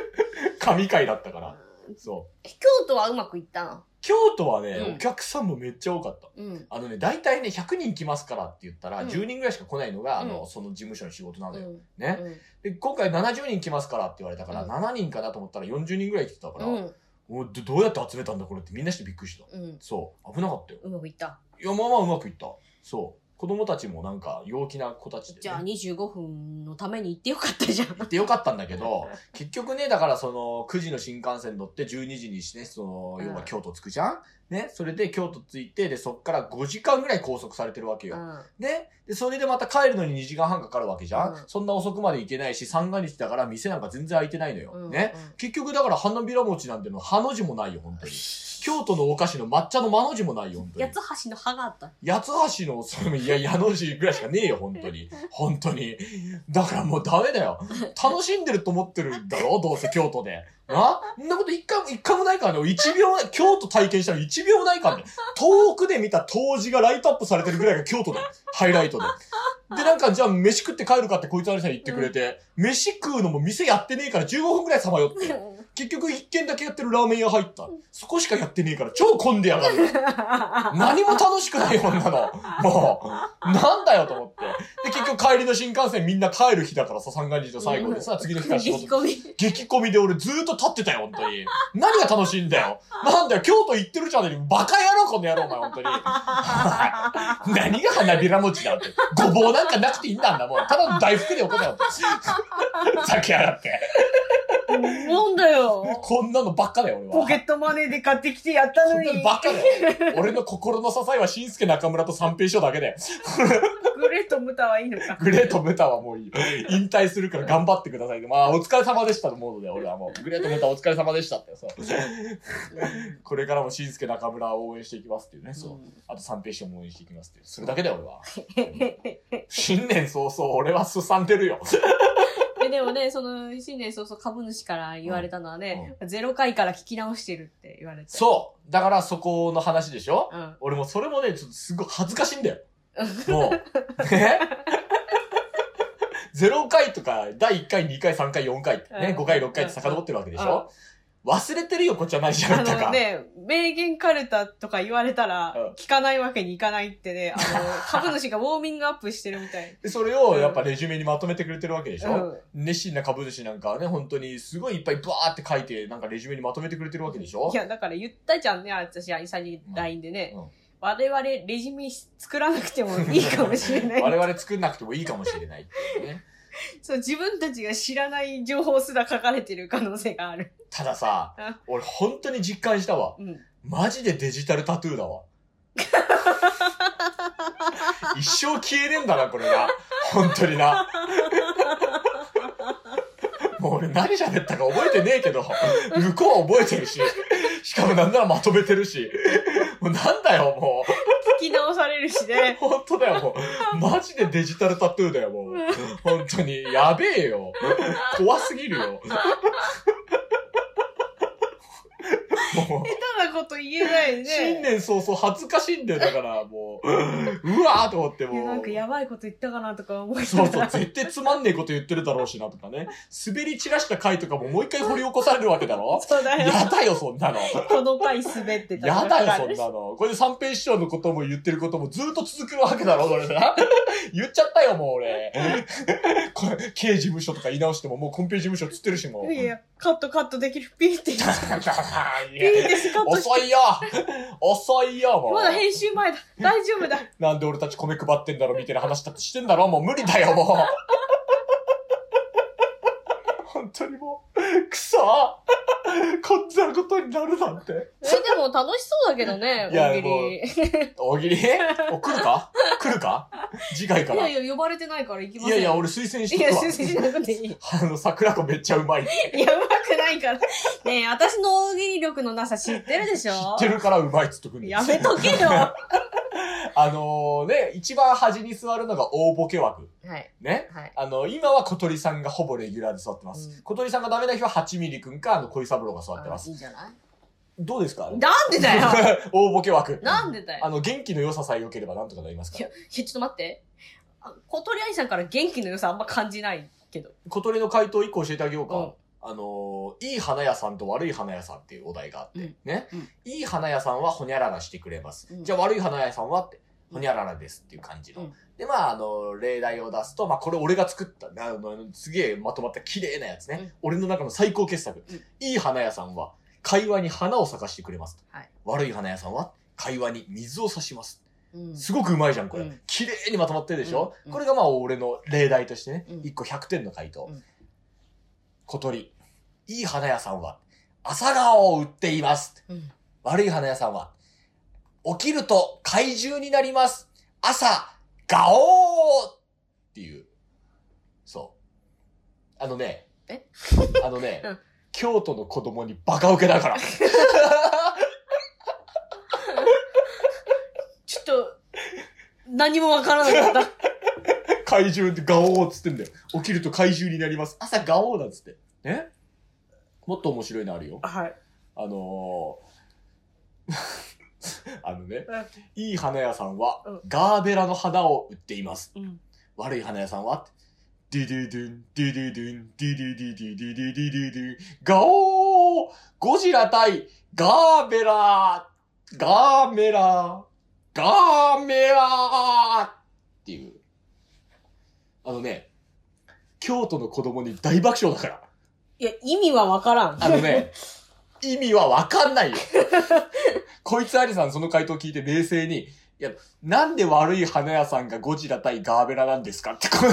Speaker 1: 神回だったからそう
Speaker 2: 京都はうまくいったの
Speaker 1: 京都はね、
Speaker 2: うん
Speaker 1: お客さんもめっちゃ多かった
Speaker 2: うん。
Speaker 1: あのね大体ね100人来ますからって言ったら、
Speaker 2: うん
Speaker 1: 10人ぐらいしか来ないのが、あ
Speaker 2: う
Speaker 1: の
Speaker 2: ん
Speaker 1: その事務所の仕事な
Speaker 2: う
Speaker 1: のよ、
Speaker 2: ん。
Speaker 1: ねで今回70人来ますからって言われたから、
Speaker 2: うん
Speaker 1: 7人かなと思ったら40人ぐらい来てたから、
Speaker 2: うん。
Speaker 1: おどどうやって集めたんだこれってみんなしてびっくりした
Speaker 2: うん。
Speaker 1: そう危なかったよ
Speaker 2: うまくいった。
Speaker 1: いやまあまあうまくいったそう子供たちもなんか陽気な子たちで、ね、
Speaker 2: じゃあ25分のために行ってよかったじゃん。
Speaker 1: 行ってよかったんだけど結局ねだからその9時の新幹線乗って12時にしてその要は京都着くじゃん、ねそれで京都着いてでそっから5時間ぐらい拘束されてるわけよ、
Speaker 2: うん。
Speaker 1: ねで、それでまた帰るのに2時間半かかるわけじゃん、
Speaker 2: うん
Speaker 1: そんな遅くまで行けないし、三が日だから店なんか全然開いてないのよ。
Speaker 2: うん
Speaker 1: ね、
Speaker 2: うん
Speaker 1: 結局だから花びら餅なんてのはの字もないよ、本当に。京都のお菓子の抹茶の間の字もないよ、本当に。
Speaker 2: 八つ橋の歯があった。
Speaker 1: 八つ橋の、その、いや、矢の字ぐらいしかねえよ、本当 に。本当に。だからもうダメだよ。楽しんでると思ってるんだろどうせ京都で。なそんなこと一回も、一回もないからね。俺一秒、京都体験したら一秒もないからね。遠くで見た当時がライトアップされてるぐらいが京都だよ。ハイライトで。で、なんか、じゃあ、飯食って帰るかってこいつあれさん言ってくれて、飯食うのも店やってねえから15分くらいさまよって。結局一軒だけやってるラーメン屋入った。そこしかやってねえから超混んでやがる。何も楽しくないよ、こんなの。もう、なんだよと思って。で、結局帰りの新幹線みんな帰る日だからさ、三が日の最後でさ、次の日から仕
Speaker 2: 激
Speaker 1: 事。
Speaker 2: 混み。
Speaker 1: 激混みで俺ずーっと立ってたよ、本当に。何が楽しいんだよ。なんだよ、京都行ってるじゃねえかバカ野郎、この野郎、お前、本当に。 何が花びら餅だって。ごぼうなんかなくていいんだんだ、もう。ただの 大福でおこだよって。酒やがって。
Speaker 2: なんだよ。
Speaker 1: こんなのばっかだよ、俺は。
Speaker 6: ポケットマネーで買ってきてやった
Speaker 1: こ
Speaker 6: の
Speaker 1: んなの
Speaker 6: に。
Speaker 1: ばっかだよ。俺の心の支えは、新助中村と三平師匠だけだよ。
Speaker 6: グレートムタはいいのか。
Speaker 1: グレートムタはもういいよ。引退するから頑張ってください。まあ、お疲れ様でしたのモードで、俺はもう。グレートムタお疲れ様でしたってさ。これからも新助中村を応援していきますっていうね。そう。あと三平師匠も応援していきますっていう。それだけだよ、俺は。新年早々、俺はすさんでるよ。
Speaker 2: えでもね、その、新年早々株主から言われたのはね、ゼロ回から聞き直してるって言われて。
Speaker 1: そう。だからそこの話でしょ
Speaker 2: うん。
Speaker 1: 俺もそれもね、ちょっとすごい恥ずかしい んだよ。もう。ね 0回とか、第1回、2回、3回、4回ってね、
Speaker 2: う
Speaker 1: 5
Speaker 2: ん
Speaker 1: 回、6回って遡ってるわけでしょ忘れてるよ、こっちは何しゃべ
Speaker 6: あ
Speaker 1: ったか。
Speaker 6: のね、名言カルタとか言われた
Speaker 1: うん
Speaker 6: ら、聞かないわけにいかないってね、あ の、株主がウォーミングアップしてるみたい。
Speaker 1: でそれをやっぱレジュメにまとめてくれてるわけでし
Speaker 6: う
Speaker 1: ょ、
Speaker 6: ん。
Speaker 1: 熱心な株主なんかはね、本当にすごいいっぱいバーって書いて、なんかレジュメにまとめてくれてるわけでしょ
Speaker 6: いや、だから言ったじゃんね、私、アイサに
Speaker 1: うん
Speaker 6: LINE でね
Speaker 1: うん。
Speaker 6: 我々、レジュメ作らなくてもいいかもしれない。
Speaker 1: 我々作んなくてもいいかもしれないっていうね。
Speaker 6: そう、自分たちが知らない情報すら書かれてる可能性がある。
Speaker 1: たださ
Speaker 6: あ、
Speaker 1: 俺本当に実感したわ。
Speaker 6: うん。
Speaker 1: マジでデジタルタトゥーだわ。 一生消えねえんだな、これな。本当にな。もう俺何喋ったか覚えてねえけど、向こうは覚えてるし、しかもなんならまとめてるし、もうなんだよ、もう。
Speaker 6: 聞き直されるし ね。
Speaker 1: 本当だよ、もう。マジでデジタルタトゥーだよ、もう。本当に。やべえよ。怖すぎるよ。もう。
Speaker 6: 下手なこと言えない
Speaker 1: 新
Speaker 6: ね。
Speaker 1: 年早々恥ずかしいんだよ、だから、もう、うわーと思って、
Speaker 6: いや、な
Speaker 1: も
Speaker 6: ん
Speaker 1: う
Speaker 6: か。やばいこと言ったかなとか思い
Speaker 1: そ
Speaker 6: な
Speaker 1: う
Speaker 6: が
Speaker 1: そう、
Speaker 6: ら。
Speaker 1: 絶対つまんねえこと言ってるだろうしな、とかね。滑り散らした回とかももう一回掘り起こされるわけ だろ
Speaker 6: そうだよ。
Speaker 1: やだよ、そ んなの。
Speaker 6: この回滑ってた。
Speaker 1: やだよ、そんなの。これで三平師匠のことも言ってることもずっと続くわけだろ、それな。言っちゃったよ、もう俺。これ、刑事務所とか言い直しても、もうコンペ事務所つってるし、もう。
Speaker 6: いやいや、カットカットできる。ピーって。ピー
Speaker 1: いや
Speaker 6: です、カットして。
Speaker 1: 遅いよ遅いよ、もう。
Speaker 6: まだ編集前だ。大丈夫 だ。
Speaker 1: なんで俺たち米配ってんだろみたいな話だってしてんだろもう無理だよ、もう。本当にもう、くそこんなことになるなんて。
Speaker 2: え、でも楽しそうだけどね、
Speaker 1: いや
Speaker 2: 大喜利。
Speaker 1: 大喜利お、来るか来るか次回か
Speaker 6: い
Speaker 1: ら。
Speaker 6: や
Speaker 1: い
Speaker 6: いや、呼ばれてないから行きませ
Speaker 1: や
Speaker 6: ん。
Speaker 1: いや、俺推薦し
Speaker 6: い
Speaker 1: と
Speaker 6: や、
Speaker 1: くわ
Speaker 6: 先。生しなくていい。
Speaker 1: あの、桜子めっちゃうまい。知
Speaker 6: いや、うまくないから。ねえ、私の大喜利力のなさ知ってるでしょ
Speaker 1: ってるからうまいっつっとくんです
Speaker 6: やめとけよ。
Speaker 1: あのね、一番端に座るのが大ボケ枠。
Speaker 2: はい、
Speaker 1: ね。
Speaker 2: はい。
Speaker 1: あの、今は小鳥さんがほぼレギュラーで座ってます。
Speaker 2: うん
Speaker 1: 小鳥さんがダメな日は8ミリくんか、あの、小井三郎が座ってま
Speaker 2: あ
Speaker 1: す。
Speaker 2: いいじゃない
Speaker 1: どうですか
Speaker 2: なんでだよ
Speaker 1: 大ボケ枠。
Speaker 2: なんでだよ
Speaker 1: あの、元気の良ささえ良ければなんとかなりますか
Speaker 2: いや、
Speaker 1: ら
Speaker 2: い。やちょっと待って。あ小鳥愛さんから元気の良さあんま感じないけど。
Speaker 1: 小鳥の回答1個教えてあげようか。あのーいい花屋さんと悪い花屋さんっていうお題があって、
Speaker 2: うん
Speaker 1: ね、
Speaker 2: うん
Speaker 1: いい花屋さんはほにゃららしてくれます。
Speaker 2: うん
Speaker 1: じゃあ悪い花屋さんはって、
Speaker 2: うん
Speaker 1: ほにゃららですっていう感じの。
Speaker 2: うん
Speaker 1: で、まあ、あの、例題を出すと、まあ、これ俺が作った、あの、すげえまとまった綺麗なやつね。
Speaker 2: うん
Speaker 1: 俺の中の最高傑作。
Speaker 2: うん
Speaker 1: いい花屋さんは、会話に花を咲かしてくれますと。
Speaker 2: はい
Speaker 1: 悪い花屋さんは、会話に水を差します。
Speaker 2: うん
Speaker 1: すごくうまいじゃん、これ
Speaker 2: うん。
Speaker 1: 綺麗にまとまってるでしょ
Speaker 2: うんうん
Speaker 1: これがまあ、俺の例題としてね
Speaker 2: うん、
Speaker 1: 1個100点の回答
Speaker 2: うん。
Speaker 1: 小鳥、いい花屋さんは、朝顔を売っています
Speaker 2: うん。
Speaker 1: 悪い花屋さんは、起きると怪獣になります。朝、ガオーっていう。そう。あのね
Speaker 2: え、
Speaker 1: あのね
Speaker 2: うん、
Speaker 1: 京都の子供にバカウケだ から。
Speaker 2: ちょっと、何もわからなかっ
Speaker 1: 怪獣ってガオーっつってんだよ。起きると怪獣になります。朝ガオーだっつって。ねもっと面白いのあるよ。
Speaker 6: はい。
Speaker 1: あのー あのね
Speaker 6: うん、
Speaker 1: いい花屋さんは
Speaker 6: うん
Speaker 1: ガーベラの花を売っています。
Speaker 6: うん
Speaker 1: 悪い花屋さんは、ドゥドゥドゥン、ドゥドゥドゥン、ドゥドゥドゥドゥドゥドゥドゥドゥドゥガオーゴジラ対ガーベラーガーメラーガーメラーっていう。あのね、京都の子供に大爆笑だから。
Speaker 6: いや、意味はわからん。
Speaker 1: あのね、意味はわかんないよ。こいつありさんその回答聞いて冷静に、いや、なんで悪い花屋さんがゴジラ対ガーベラなんですかって、これ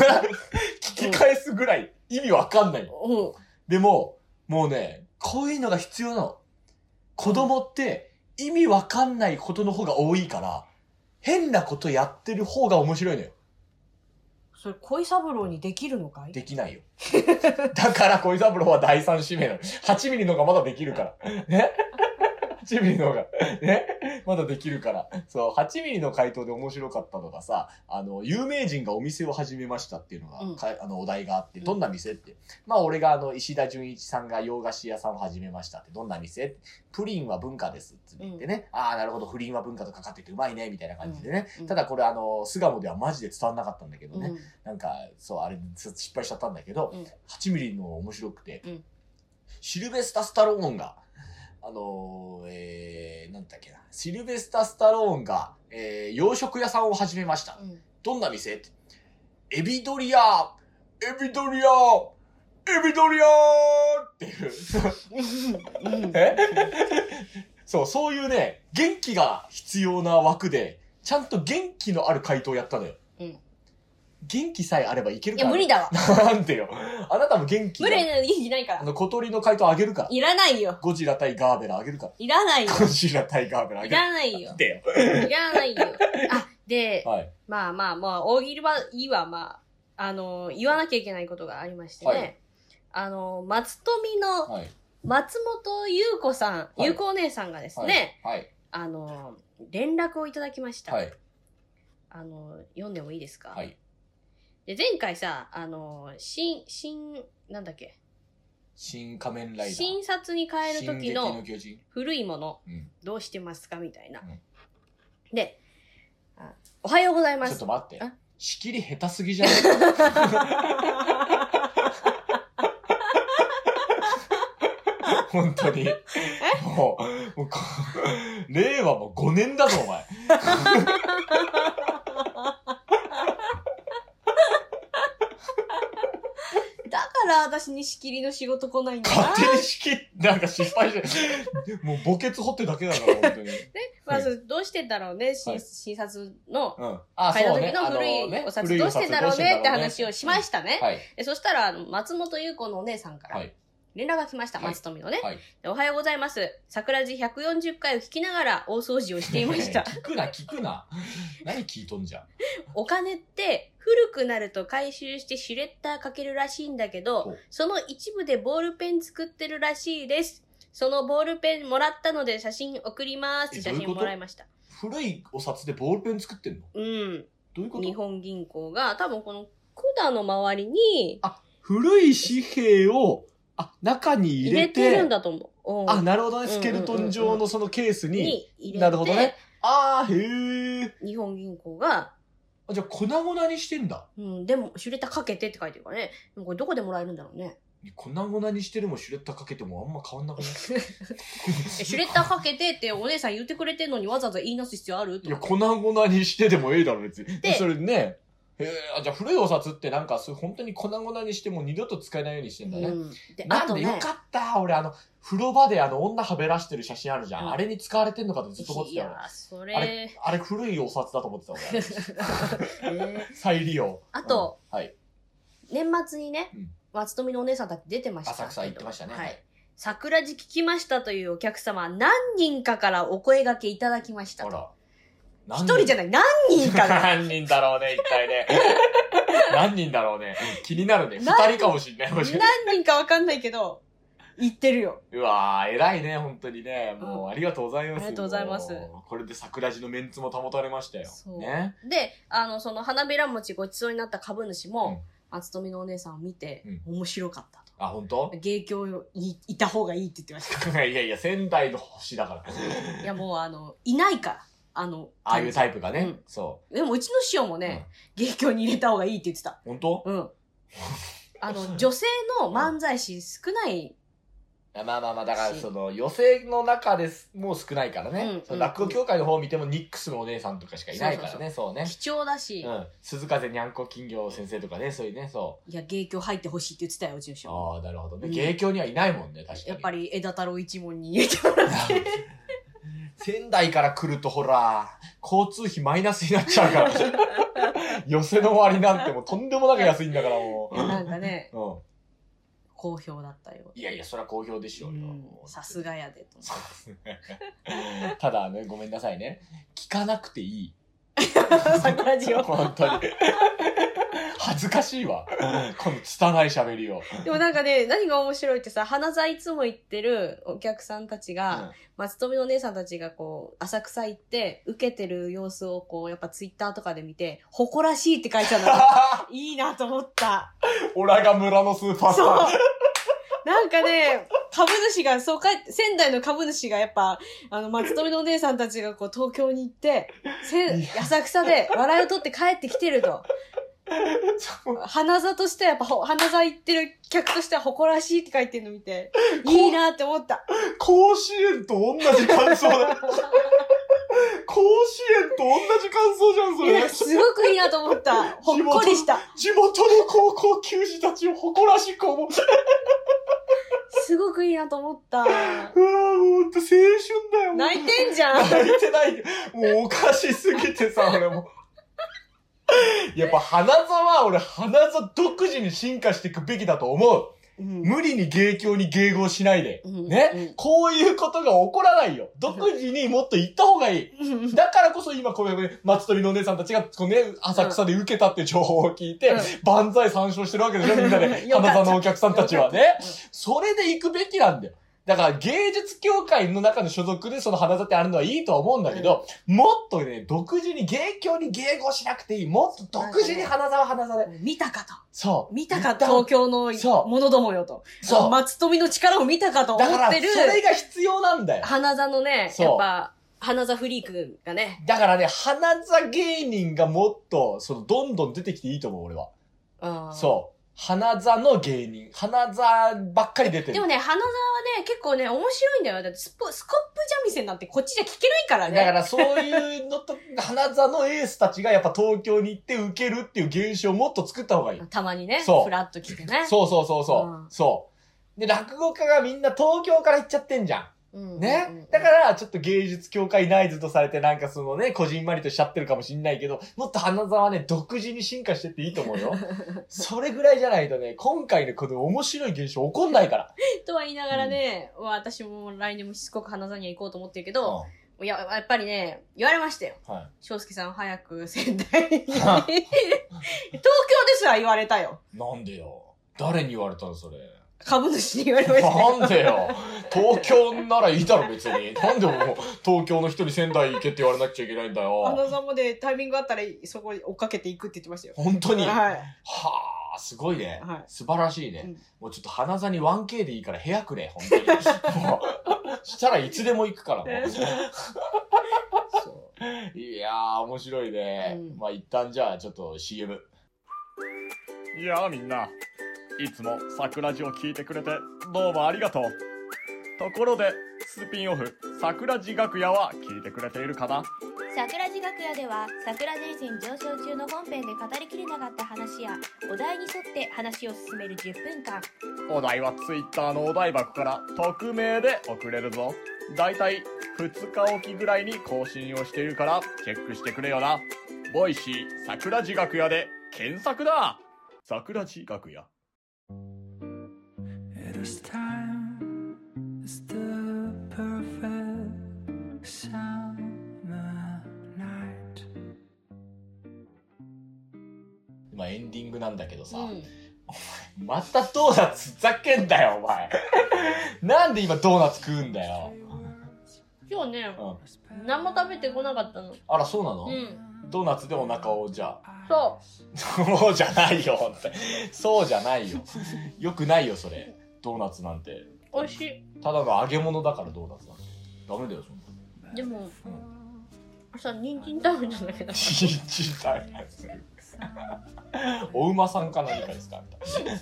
Speaker 1: 聞き返すぐらい意味わかんないよ。
Speaker 2: た。うん。
Speaker 1: でも、もうね、こういうのが必要なの。子供って意味わかんないことの方が多いから、変なことやってる方が面白いのよ。
Speaker 6: それ、恋三郎にできるのかい
Speaker 1: できないよ。 だから、小井三郎は第三指名なの。8ミリのがまだできるから。ね 8ミリのが、ねまだできるから。そう、8ミリの回答で面白かったのがさ、あの、有名人がお店を始めましたっていうのが、
Speaker 2: うん
Speaker 1: かあの、お題があって、どんな店って。まあ、俺があの、石田純一さんが洋菓子屋さんを始めましたって、どんな店プリンは文化ですって言ってね、ああ、なるほど、不倫は文化とかかっててうまいね、みたいな感じでね。
Speaker 2: うんうん
Speaker 1: ただこれあの、巣鴨ではマジで伝わんなかったんだけどね。
Speaker 2: うん
Speaker 1: なんか、そう、あれ、ちょっと失敗しちゃったんだけど、
Speaker 2: うん
Speaker 1: 8ミリの面白くて、
Speaker 2: うん
Speaker 1: シルベスタ・スタローンが、あのー、えー、なんだっけな、シルベスタ・スタローンが、えー、洋食屋さんを始めました。
Speaker 2: うん
Speaker 1: どんな店ってエビドリアエビドリアエビドリアっていう。
Speaker 2: うん
Speaker 1: えそう、そういうね、元気が必要な枠で、ちゃんと元気のある回答をやったのよ。
Speaker 2: うん
Speaker 1: 元気さえあればいける
Speaker 5: い
Speaker 1: か
Speaker 5: や、
Speaker 1: ら。
Speaker 5: 無理だわ。
Speaker 1: なんてよ。あなたも元気
Speaker 5: 無
Speaker 1: だ
Speaker 5: 理なの元気ないか
Speaker 1: あ
Speaker 5: ら。
Speaker 1: の、小鳥の回答あげるから。
Speaker 5: いらないよ。
Speaker 1: ゴジラ対ガーベラあげるから。
Speaker 5: いらないよ。
Speaker 1: ゴジラ対ガーベラあ
Speaker 2: い
Speaker 1: げる。
Speaker 2: らないよ。
Speaker 1: で
Speaker 2: いらな いよ。あ、で、
Speaker 1: よ。はい。
Speaker 2: まあまあまあ、大喜利はいいわ、まあ、あの、言わなきゃいけないことがありましてね。
Speaker 1: はい
Speaker 2: あの、松富の
Speaker 1: はい。
Speaker 2: 松本優子さん、
Speaker 1: い
Speaker 2: 優子お姉さんがです
Speaker 1: はい
Speaker 2: ね、。
Speaker 1: はい。
Speaker 2: あの、連絡をいただきました。
Speaker 1: はい。
Speaker 2: あの、読んでもいいですか
Speaker 1: はい。
Speaker 2: で、前回さ、あの、新、新、なんだっけ、
Speaker 1: 新仮面ライダー。
Speaker 2: 新札に変える時
Speaker 1: 進撃の
Speaker 2: の
Speaker 1: 巨人。
Speaker 2: 古いもの、
Speaker 1: うん。
Speaker 2: どうしてますかみたいな。
Speaker 1: うん
Speaker 2: であおはようございま
Speaker 1: ちょっ
Speaker 2: す
Speaker 1: と。待って
Speaker 2: あ。
Speaker 1: 仕切り下手すぎじゃ ない本当に。もう、もうこ、令和も5年だぞ、お前。
Speaker 5: だから私に仕切りの仕事来ないんだな。
Speaker 1: 勝手に仕切り、なんか失敗して、もう墓穴掘ってるだけだから、本当 に。
Speaker 2: ま
Speaker 1: はい
Speaker 2: ず、どうしてんだろうね、
Speaker 1: は
Speaker 2: 新
Speaker 1: い
Speaker 2: 新札の。
Speaker 1: うん。あ、
Speaker 2: 買い
Speaker 1: そう
Speaker 2: 時
Speaker 1: ね。
Speaker 2: の古
Speaker 1: あのね
Speaker 2: いお札
Speaker 1: 古い
Speaker 2: どうしてんだろうねって話をしましたね。
Speaker 1: はい。
Speaker 2: でそしたら、あの松本優子のお姉さんか
Speaker 1: は
Speaker 2: ら
Speaker 1: い。
Speaker 2: 連絡が来ました、
Speaker 1: はい
Speaker 2: 松富のね、
Speaker 1: はい。
Speaker 2: でおはようございます。桜地140回を聞きながら大掃除をしていました。
Speaker 1: 聞くな、聞くな。何聞いとんじゃん。
Speaker 2: お金って古くなると回収してシュレッダーかけるらしいんだけ
Speaker 1: ほ
Speaker 2: ど
Speaker 1: う、
Speaker 2: その一部でボールペン作ってるらしいです。そのボールペンもらったので写真送りますって
Speaker 1: え
Speaker 2: 写
Speaker 1: どういう
Speaker 2: 真
Speaker 1: こと
Speaker 2: もらいました。
Speaker 1: 古いお札でボールペン作ってんの
Speaker 2: うん。
Speaker 1: どういうこ
Speaker 2: 日
Speaker 1: と
Speaker 2: 本銀行が多分この管の周りに
Speaker 1: 古い紙幣を、あ、中に
Speaker 2: 入れてるんだと思う。うん
Speaker 1: あ、なるほどね。
Speaker 2: うんう
Speaker 1: ス
Speaker 2: ん
Speaker 1: ケルトン状のそのケースに。
Speaker 2: に入れて
Speaker 1: なるほどね。あー、へー。
Speaker 2: 日本銀行が、
Speaker 1: あじゃあ、粉々にしてんだ。
Speaker 2: うん、でも、シュレッダーかけてって書いてるからね。でもこれどこでもらえるんだろ うね。
Speaker 1: 粉々にしてるもシュレッダーかけてもあんま変わんなくない
Speaker 2: えシュレッダーかけてってお姉さん言ってくれてんのにわざわざ言い出す必要ある
Speaker 1: い
Speaker 2: と
Speaker 1: や、
Speaker 2: 思って
Speaker 1: 粉々にしてでもええだろ、別に。
Speaker 2: で
Speaker 1: それね。へえ、あじゃあ古いお札ってなんか、そう本当に粉々にしてもう二度と使えないようにしてんだね。
Speaker 2: うん、で、あ
Speaker 1: なん
Speaker 2: と
Speaker 1: で
Speaker 2: ね
Speaker 1: よ、かった、俺あの、風呂場であの、女はべらしてる写真あるじゃん。
Speaker 2: うん
Speaker 1: あれに使われてんのかとずっと思って
Speaker 2: い
Speaker 1: たよ
Speaker 2: や。、そ
Speaker 1: あ
Speaker 2: れ
Speaker 1: れ、、あれ古いお札だと思ってた、俺。
Speaker 2: えー
Speaker 1: 再利用。
Speaker 2: あと
Speaker 1: うん、はい。
Speaker 2: 年末にね
Speaker 1: うん、
Speaker 2: 松富のお姉さんたち出てました。
Speaker 1: 浅草行ってましたね。
Speaker 2: はい。。桜地聞きましたというお客様、何人かからお声掛けいただきました
Speaker 1: ほ
Speaker 2: と。
Speaker 1: ら。
Speaker 2: 一人じゃ
Speaker 1: ゃ
Speaker 2: ない、何人かが。
Speaker 1: 何人だろうね、一体 ね。何人だろうね。気になるね。
Speaker 2: 何
Speaker 1: 二人かもし んない。もしかして
Speaker 6: 何人かわかんないけど、言ってるよ。
Speaker 1: うわー、偉いね、本当にね。も
Speaker 2: う
Speaker 1: う、ありがとうございます。
Speaker 2: ありがとうございます
Speaker 1: もうこれで桜地のメンツも保たれましたよ
Speaker 2: そう。
Speaker 1: ね。
Speaker 2: で、あの、その花びら餅ごちそうになった株主も、
Speaker 1: う
Speaker 2: 松富のお姉さんを見て、面白かった
Speaker 1: あ、本当
Speaker 2: と。芸協よいいた方がいいって言ってまし
Speaker 1: いやいや、仙台の星だから。
Speaker 2: た。いや、もうあの、いないから、あの、
Speaker 1: ああいうタイプがね。
Speaker 2: うん
Speaker 1: そ
Speaker 2: でもうちの師匠もね、芸協に入れた方がいいって言ってた。
Speaker 1: う。本当
Speaker 2: うん。あの、女性の漫才師少ない。
Speaker 1: まあまあまあ、だからその、予選の中です、もう少ないから
Speaker 2: うんうん
Speaker 1: ね。その落語協会の方を見ても、ニックスのお姉さんとかしかいないからね、そうね。
Speaker 2: 貴重だし、
Speaker 1: うん。鈴風にゃんこ金魚先生とかね、そういうね、そ
Speaker 2: いや、芸協入ってほしいって言ってたよ、うちの師
Speaker 1: う。
Speaker 2: 匠。
Speaker 1: ああ、なるほど
Speaker 2: う
Speaker 1: ね。
Speaker 2: ん
Speaker 1: 芸協にはいないもんね、確かに。
Speaker 2: やっぱり枝太郎一門に入れてもらって。
Speaker 1: 仙台から来るとほら、交通費マイナスになっちゃう から。寄せの割なんてもうとんでもなく安いんだからも
Speaker 2: いやなんかね、
Speaker 1: う。う
Speaker 2: 好評だったよ。
Speaker 1: ん。いやいや、そりゃ好評でしょうよ。
Speaker 2: うんさすがやでと思って。
Speaker 1: ただね、ごめんなさいね。聞かなくていい。
Speaker 2: 桜ジオ。
Speaker 1: 本当 に。恥ずかしいわ。この拙い喋りを。
Speaker 2: でもなんかね、何が面白いってさ、花座いつも行ってるお客さんたちが、松富のお姉さんたちがこう、浅草行って、受けてる様子をこう、やっぱツイッターとかで見て、誇らしいって書い てあるのが。いいなと思った。
Speaker 1: オラが村のスーパースタ
Speaker 6: そう
Speaker 1: ー。
Speaker 6: なんかね、株主が、そうか、仙台の株主がやっぱ、あの、松富のお姉さんたちがこう、東京に行って、せ
Speaker 1: いや
Speaker 6: 浅草で笑いを取って帰ってきてると。花座としてはやっぱ、ほ花座行ってる客としては誇らしいって書いてるの見て、いいなって思った。
Speaker 1: 甲子園と同じ感想 だ。甲子園と同じ感想じゃん、そ
Speaker 6: いや
Speaker 1: れ。
Speaker 6: すごくいいなと思った。ほっこりした。
Speaker 1: 地元の高校球児たちを誇らしく思う。
Speaker 6: すごくいいなと思った。
Speaker 1: うわぁ、もうほんと青春だよ。
Speaker 6: 泣いてんじゃん。
Speaker 1: 泣いてない。もうおかしすぎてさ、俺も。やっぱ花座は俺花座独自に進化していくべきだと思う。
Speaker 2: うん
Speaker 1: 無理に芸協に迎合しないで。
Speaker 2: うん
Speaker 1: ね、
Speaker 2: うん
Speaker 1: こういうことが起こらないよ。独自にもっと行った方がいい。
Speaker 2: うん
Speaker 1: だからこそ今こういうね松鳥のお姉さんたちが、こうね、浅草で受けたっていう情報を聞いて、
Speaker 2: うん
Speaker 1: 万歳参照してるわけでしょ、みんなで。
Speaker 2: よかっ
Speaker 1: 花
Speaker 2: た
Speaker 1: 座のお客さんたちはね
Speaker 2: うん。
Speaker 1: それで行くべきなんだよ。だから芸術協会の中の所属でその花座ってあるのはいいとは思うんだけど、もっとね、独自に芸協に迎合しなくていい。もっと独自に花座は花座で。
Speaker 2: 見たかと。
Speaker 1: そう。
Speaker 2: 見たか、東京の
Speaker 1: そう
Speaker 2: ものどもよと。
Speaker 1: そう
Speaker 2: 松富の力を見たかと思
Speaker 1: だから、
Speaker 2: っ
Speaker 1: そ
Speaker 2: てる、
Speaker 1: れが必要なんだよ。
Speaker 2: 花座のね、
Speaker 1: そう
Speaker 2: やっぱ、花座フリークがね、
Speaker 1: だからね、花座芸人がもっと、その、どんどん出てきていいと思う、俺は。
Speaker 2: そ
Speaker 1: そう。花座の芸人。花座ばっかり出てる。
Speaker 2: でもね、花座はね、結構ね、面白いんだよ。だってスポ、スコップ三味線なんてこっちじゃ聞けないから
Speaker 1: だか
Speaker 2: ね。
Speaker 1: らそういうのと、花座のエースたちがやっぱ東京に行って受けるっていう現象をもっと作った方がいい。
Speaker 2: たまにね、
Speaker 1: そう
Speaker 2: ふらっと来てね。
Speaker 1: そうそうそうそう。
Speaker 2: うん
Speaker 1: そう。で、落語家がみんな東京から行っちゃってんじゃん。
Speaker 2: うん
Speaker 1: ね。だから、ちょっと芸術協会内図とされて、なんかそのね、こじんまりとしちゃってるかもしんないけど、もっと花沢はね、独自に進化してっていいと思 うよ。それぐらいじゃないとね、今回のこの面白い現象起こんないから。
Speaker 2: とは言いながらね、私も来年もしつこく花座には行こうと思ってるけど、
Speaker 1: う
Speaker 2: いや、やっぱりね、言われましたよ。
Speaker 1: んはい。
Speaker 2: 翔介さん早く仙台 に。東
Speaker 1: は
Speaker 2: 京ですら言われたよ。
Speaker 1: なんでよ。誰に言われたの それ。
Speaker 2: 株主に言われましたよ。
Speaker 1: なんでよ。東京ならいいだろ、別に。なんでもう東京の人に仙台行けって言われなくちゃいけないんだよ。
Speaker 2: 花座までタイミングあったらそこに追っかけていくって言ってましたよ。
Speaker 1: 本当に。は
Speaker 2: はい。
Speaker 1: あ、すごいね
Speaker 2: はい。
Speaker 1: 素晴らしいね
Speaker 2: うん。
Speaker 1: もうちょっと花座に 1K でいいから部屋くれ、本当に。もうしたらいつでも行くから、もう。いやー、面白いね。
Speaker 2: うん
Speaker 1: まあ一旦じゃあちょっと CM。
Speaker 3: いやあみんないつも桜地を聞いてくれてどうもありがとうところでスピンオフ桜地楽屋は聞いてくれているかな
Speaker 4: 桜地楽屋では桜前線上昇中の本編で語りきれなかった話やお題に沿って話を進める10分間
Speaker 3: お題は Twitter のお題箱から匿名で送れるぞだいたい2日おきぐらいに更新をしているからチェックしてくれよなボイシー桜地楽屋で検索だ桜地楽屋
Speaker 7: It is time, it's the perfect summer night.
Speaker 1: まあエンディングなんだけどさ。
Speaker 2: うん
Speaker 1: またドーナツふざけんだよ、お 前。なんで今ドーナツ食うんだよ。
Speaker 2: 今日ね、
Speaker 1: うん
Speaker 2: 何も食べてこなかったの。
Speaker 1: あら、そうなの、
Speaker 2: うん。
Speaker 1: ドーナツでお腹を、じゃあ。
Speaker 2: そ
Speaker 1: そうじゃないよ、本当にそうじゃないよ。よくないよ、それ。ドーナツなんて。
Speaker 2: う。美味しい。
Speaker 1: ただの揚げ物だから、ドーナツなんて。ダメだよ、そんな。
Speaker 2: でも、朝人参食べたんだけど。
Speaker 1: ちんちん食べたりする。お馬さんか何かですかみたいな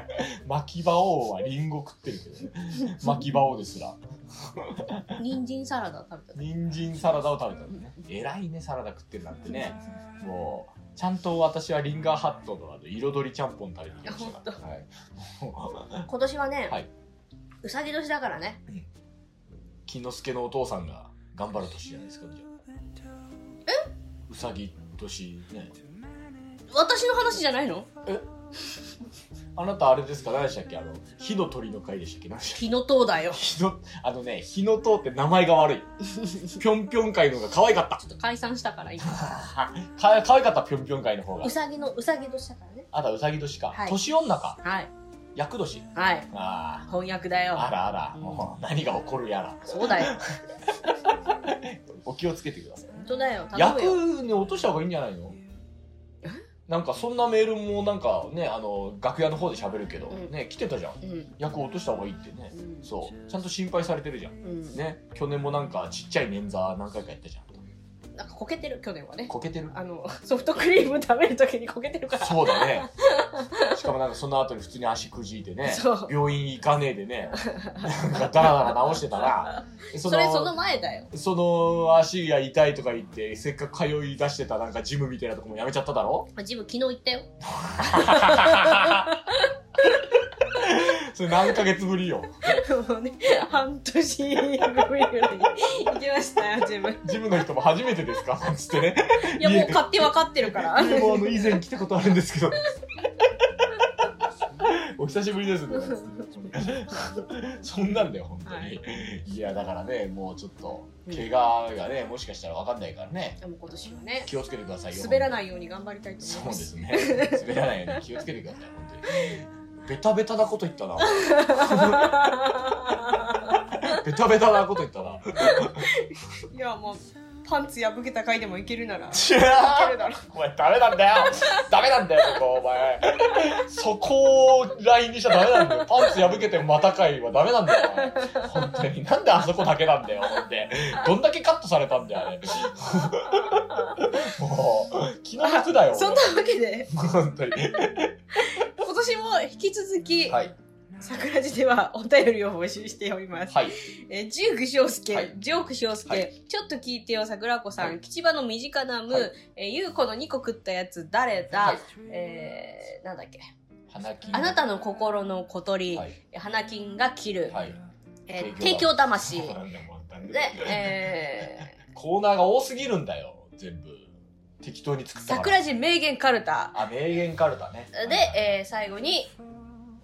Speaker 1: なんか巻き場王はリンゴ食ってるけどね。巻き場王ですら。
Speaker 2: 人参サラダ食べた。
Speaker 1: 人参サラダを食べたのね偉いねサラダ食ってるなんてねもうちゃんと私はリンガーハットのあの彩りちゃんぽん食べてきましたから、はい、
Speaker 2: 今年はね、
Speaker 1: はい、
Speaker 2: うさぎ年だからね。
Speaker 1: 金之助のお父さんが頑張る年じゃないですかじゃえうさぎ年ね
Speaker 2: 私の話じゃないの
Speaker 1: あなたあれですか何でしたっけあの火の鳥の会でしたっけ何でしたっけ
Speaker 2: 火の 塔だよ。
Speaker 1: 火のあのね火の塔って名前が悪いぴょんぴょん会の方が可愛かった
Speaker 2: ちょっと解散したか ら今。
Speaker 1: か可愛かったぴょんぴょん会の方が
Speaker 2: うさぎの、うさぎ年だからね。
Speaker 1: あなたうさぎ年か、
Speaker 2: はい
Speaker 1: 年女か
Speaker 2: はい。
Speaker 1: 厄年
Speaker 2: はい。
Speaker 1: ああ
Speaker 2: 翻訳だよ。
Speaker 1: あらあら、
Speaker 2: うん
Speaker 1: もう何が起こるやら。
Speaker 2: そうだよ。
Speaker 1: お気をつけてください。
Speaker 2: 本当だよ。頼むよ。
Speaker 1: 役に落とした方がいいんじゃないのなんかそんなメールもなんかね、あの、楽屋の方で喋るけど、
Speaker 2: うん
Speaker 1: ね、来てたじゃん。
Speaker 2: うん。
Speaker 1: 役落とした方がいいってね
Speaker 2: う。ん。
Speaker 1: そう。ちゃんと心配されてるじゃん。
Speaker 2: うん。
Speaker 1: ね。去年もなんかちっちゃい捻挫何回かやったじゃん。
Speaker 2: なんかこけてる、去年はね。
Speaker 1: こけてる
Speaker 2: あの、ソフトクリーム食べるときにこけてるから。
Speaker 1: そうだね。しかもなんかその後に普通に足くじいてね
Speaker 2: そう、
Speaker 1: 病院行かねえでね、なんかダラダラ治してたら、
Speaker 2: それその前だよ。
Speaker 1: その足が痛いとか言って、せっかく通い出してたなんかジムみたいなとこもやめちゃっただろ
Speaker 2: まあジム昨日行ったよ。
Speaker 1: それ何ヶ月ぶりよ。
Speaker 2: もうね、半年ぶりぐらいに行きましたよ、自分。
Speaker 1: ジムの人も初めてですかつってね。
Speaker 2: いや、もう勝手分かってるから。
Speaker 1: でもあの以前来たことあるんですけど。 お久しぶりですね。そんなんだよ、本当に。
Speaker 2: はい
Speaker 1: い、や、だからね、もうちょっと、怪我がね、もしかしたらわかんないからね。
Speaker 2: でも今年はね、
Speaker 1: 気をつけてくださいよ。
Speaker 2: 滑らないように頑張りたいと思
Speaker 1: そ
Speaker 2: いう
Speaker 1: で
Speaker 2: ます。
Speaker 1: すね。滑らないように気をつけてください、本当に。ベタベタなこと言ったな。ベタベタなこと言った な。
Speaker 2: いや、もう、パンツ破けた回でもいけるな ら。い
Speaker 1: いや
Speaker 2: けるだろ
Speaker 1: お前ダメなん だよダメなんだよそこお前そこをラインにしちゃダメなんだよパンツ破けてまたかいはダメなんだよお前本当になんであそこだけなんだよほんでどんだけカットされたんだ よあれもう気の毒だよ
Speaker 2: う。そんなわけで、
Speaker 1: 俺本当に
Speaker 2: 今年も引き続き、
Speaker 1: はい
Speaker 2: 桜地ではお便りを募集しております。
Speaker 1: はい
Speaker 2: えー、ジューク翔介、
Speaker 1: はい
Speaker 2: ジョーク翔介、
Speaker 1: はい
Speaker 2: ちょっと聞いてよ桜子さん、
Speaker 1: はい
Speaker 2: 吉場の身近な無、
Speaker 1: はい
Speaker 2: えー、ゆうこの2個食ったやつ誰だ、
Speaker 1: はい
Speaker 2: えー、なんだっけ
Speaker 1: 花金
Speaker 2: あなたの心の小鳥、
Speaker 1: はい
Speaker 2: 花金が切る、
Speaker 1: はい
Speaker 2: えー
Speaker 1: 提
Speaker 2: 提
Speaker 1: 供
Speaker 2: 供魂
Speaker 1: そう
Speaker 2: で
Speaker 1: なんだよもうなんで
Speaker 2: え
Speaker 1: コーナーが多すぎるんだよ全部適当に作
Speaker 2: ー、
Speaker 1: ったから
Speaker 2: 桜地名言カルタ
Speaker 1: あ名言カルタね
Speaker 2: で、えー、最後に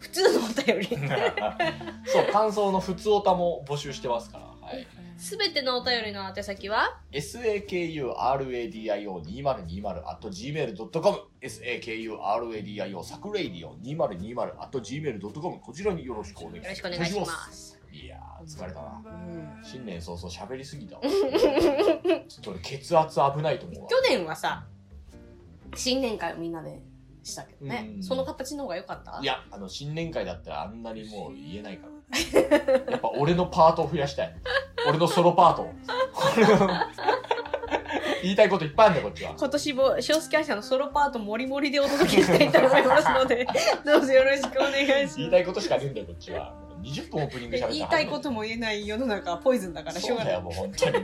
Speaker 2: 普通のお便り
Speaker 1: そう感想の普通オタも募集してますから、はい、
Speaker 2: すべてのお便りの宛先は
Speaker 1: sakuradio2020.gmail.com sakuradio サクレイディオ 2020.gmail.com こちらによろしくお願い
Speaker 2: よろしくお願いします
Speaker 1: いやー疲れたな
Speaker 2: うん
Speaker 1: 新年早々喋りすぎたわ ちょっと俺血圧危ないと思うわ
Speaker 2: 去年はさ新年会をみんなでしたけどね、
Speaker 1: うん
Speaker 2: その形の方が良かった
Speaker 1: いやあの新年会だったらあんなにもう言えないから やっぱ俺のパートを増やしたい俺のソロパートを俺の言いたいこといっぱいあるんだよこっちは
Speaker 2: 今年も少子会社のソロパートもりもりでお届けしたいと思いますの でどうぞよろしくお願いします
Speaker 1: 言いたいことしかねえんだよこっちは20分オープニング喋った
Speaker 2: 言いたいことも言えない世の中はポイズンだからし
Speaker 1: そ
Speaker 2: ょう
Speaker 1: う
Speaker 2: がな
Speaker 1: だ
Speaker 2: い
Speaker 1: よもう本当に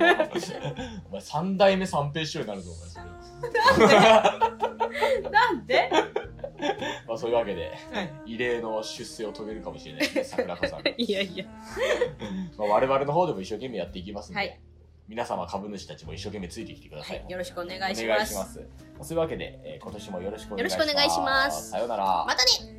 Speaker 1: お前三代目三平師匠になるぞお前それ
Speaker 2: なんで
Speaker 1: まあそういうわけで、
Speaker 2: はい
Speaker 1: 異例の出世を遂げるかもしれないですね桜子さんが、
Speaker 2: いやいや
Speaker 1: まあ、我々の方でも一生懸命やっていきますんで、
Speaker 2: はい
Speaker 1: 皆様株主たちも一生懸命ついてきてください、
Speaker 2: はいよろしくお願
Speaker 1: お願
Speaker 2: い
Speaker 1: いし
Speaker 2: し
Speaker 1: ま
Speaker 2: ますす
Speaker 1: そういうわけで、えー今年もよろしくお願いします
Speaker 2: よろしくお願いします
Speaker 1: さようなら
Speaker 2: またね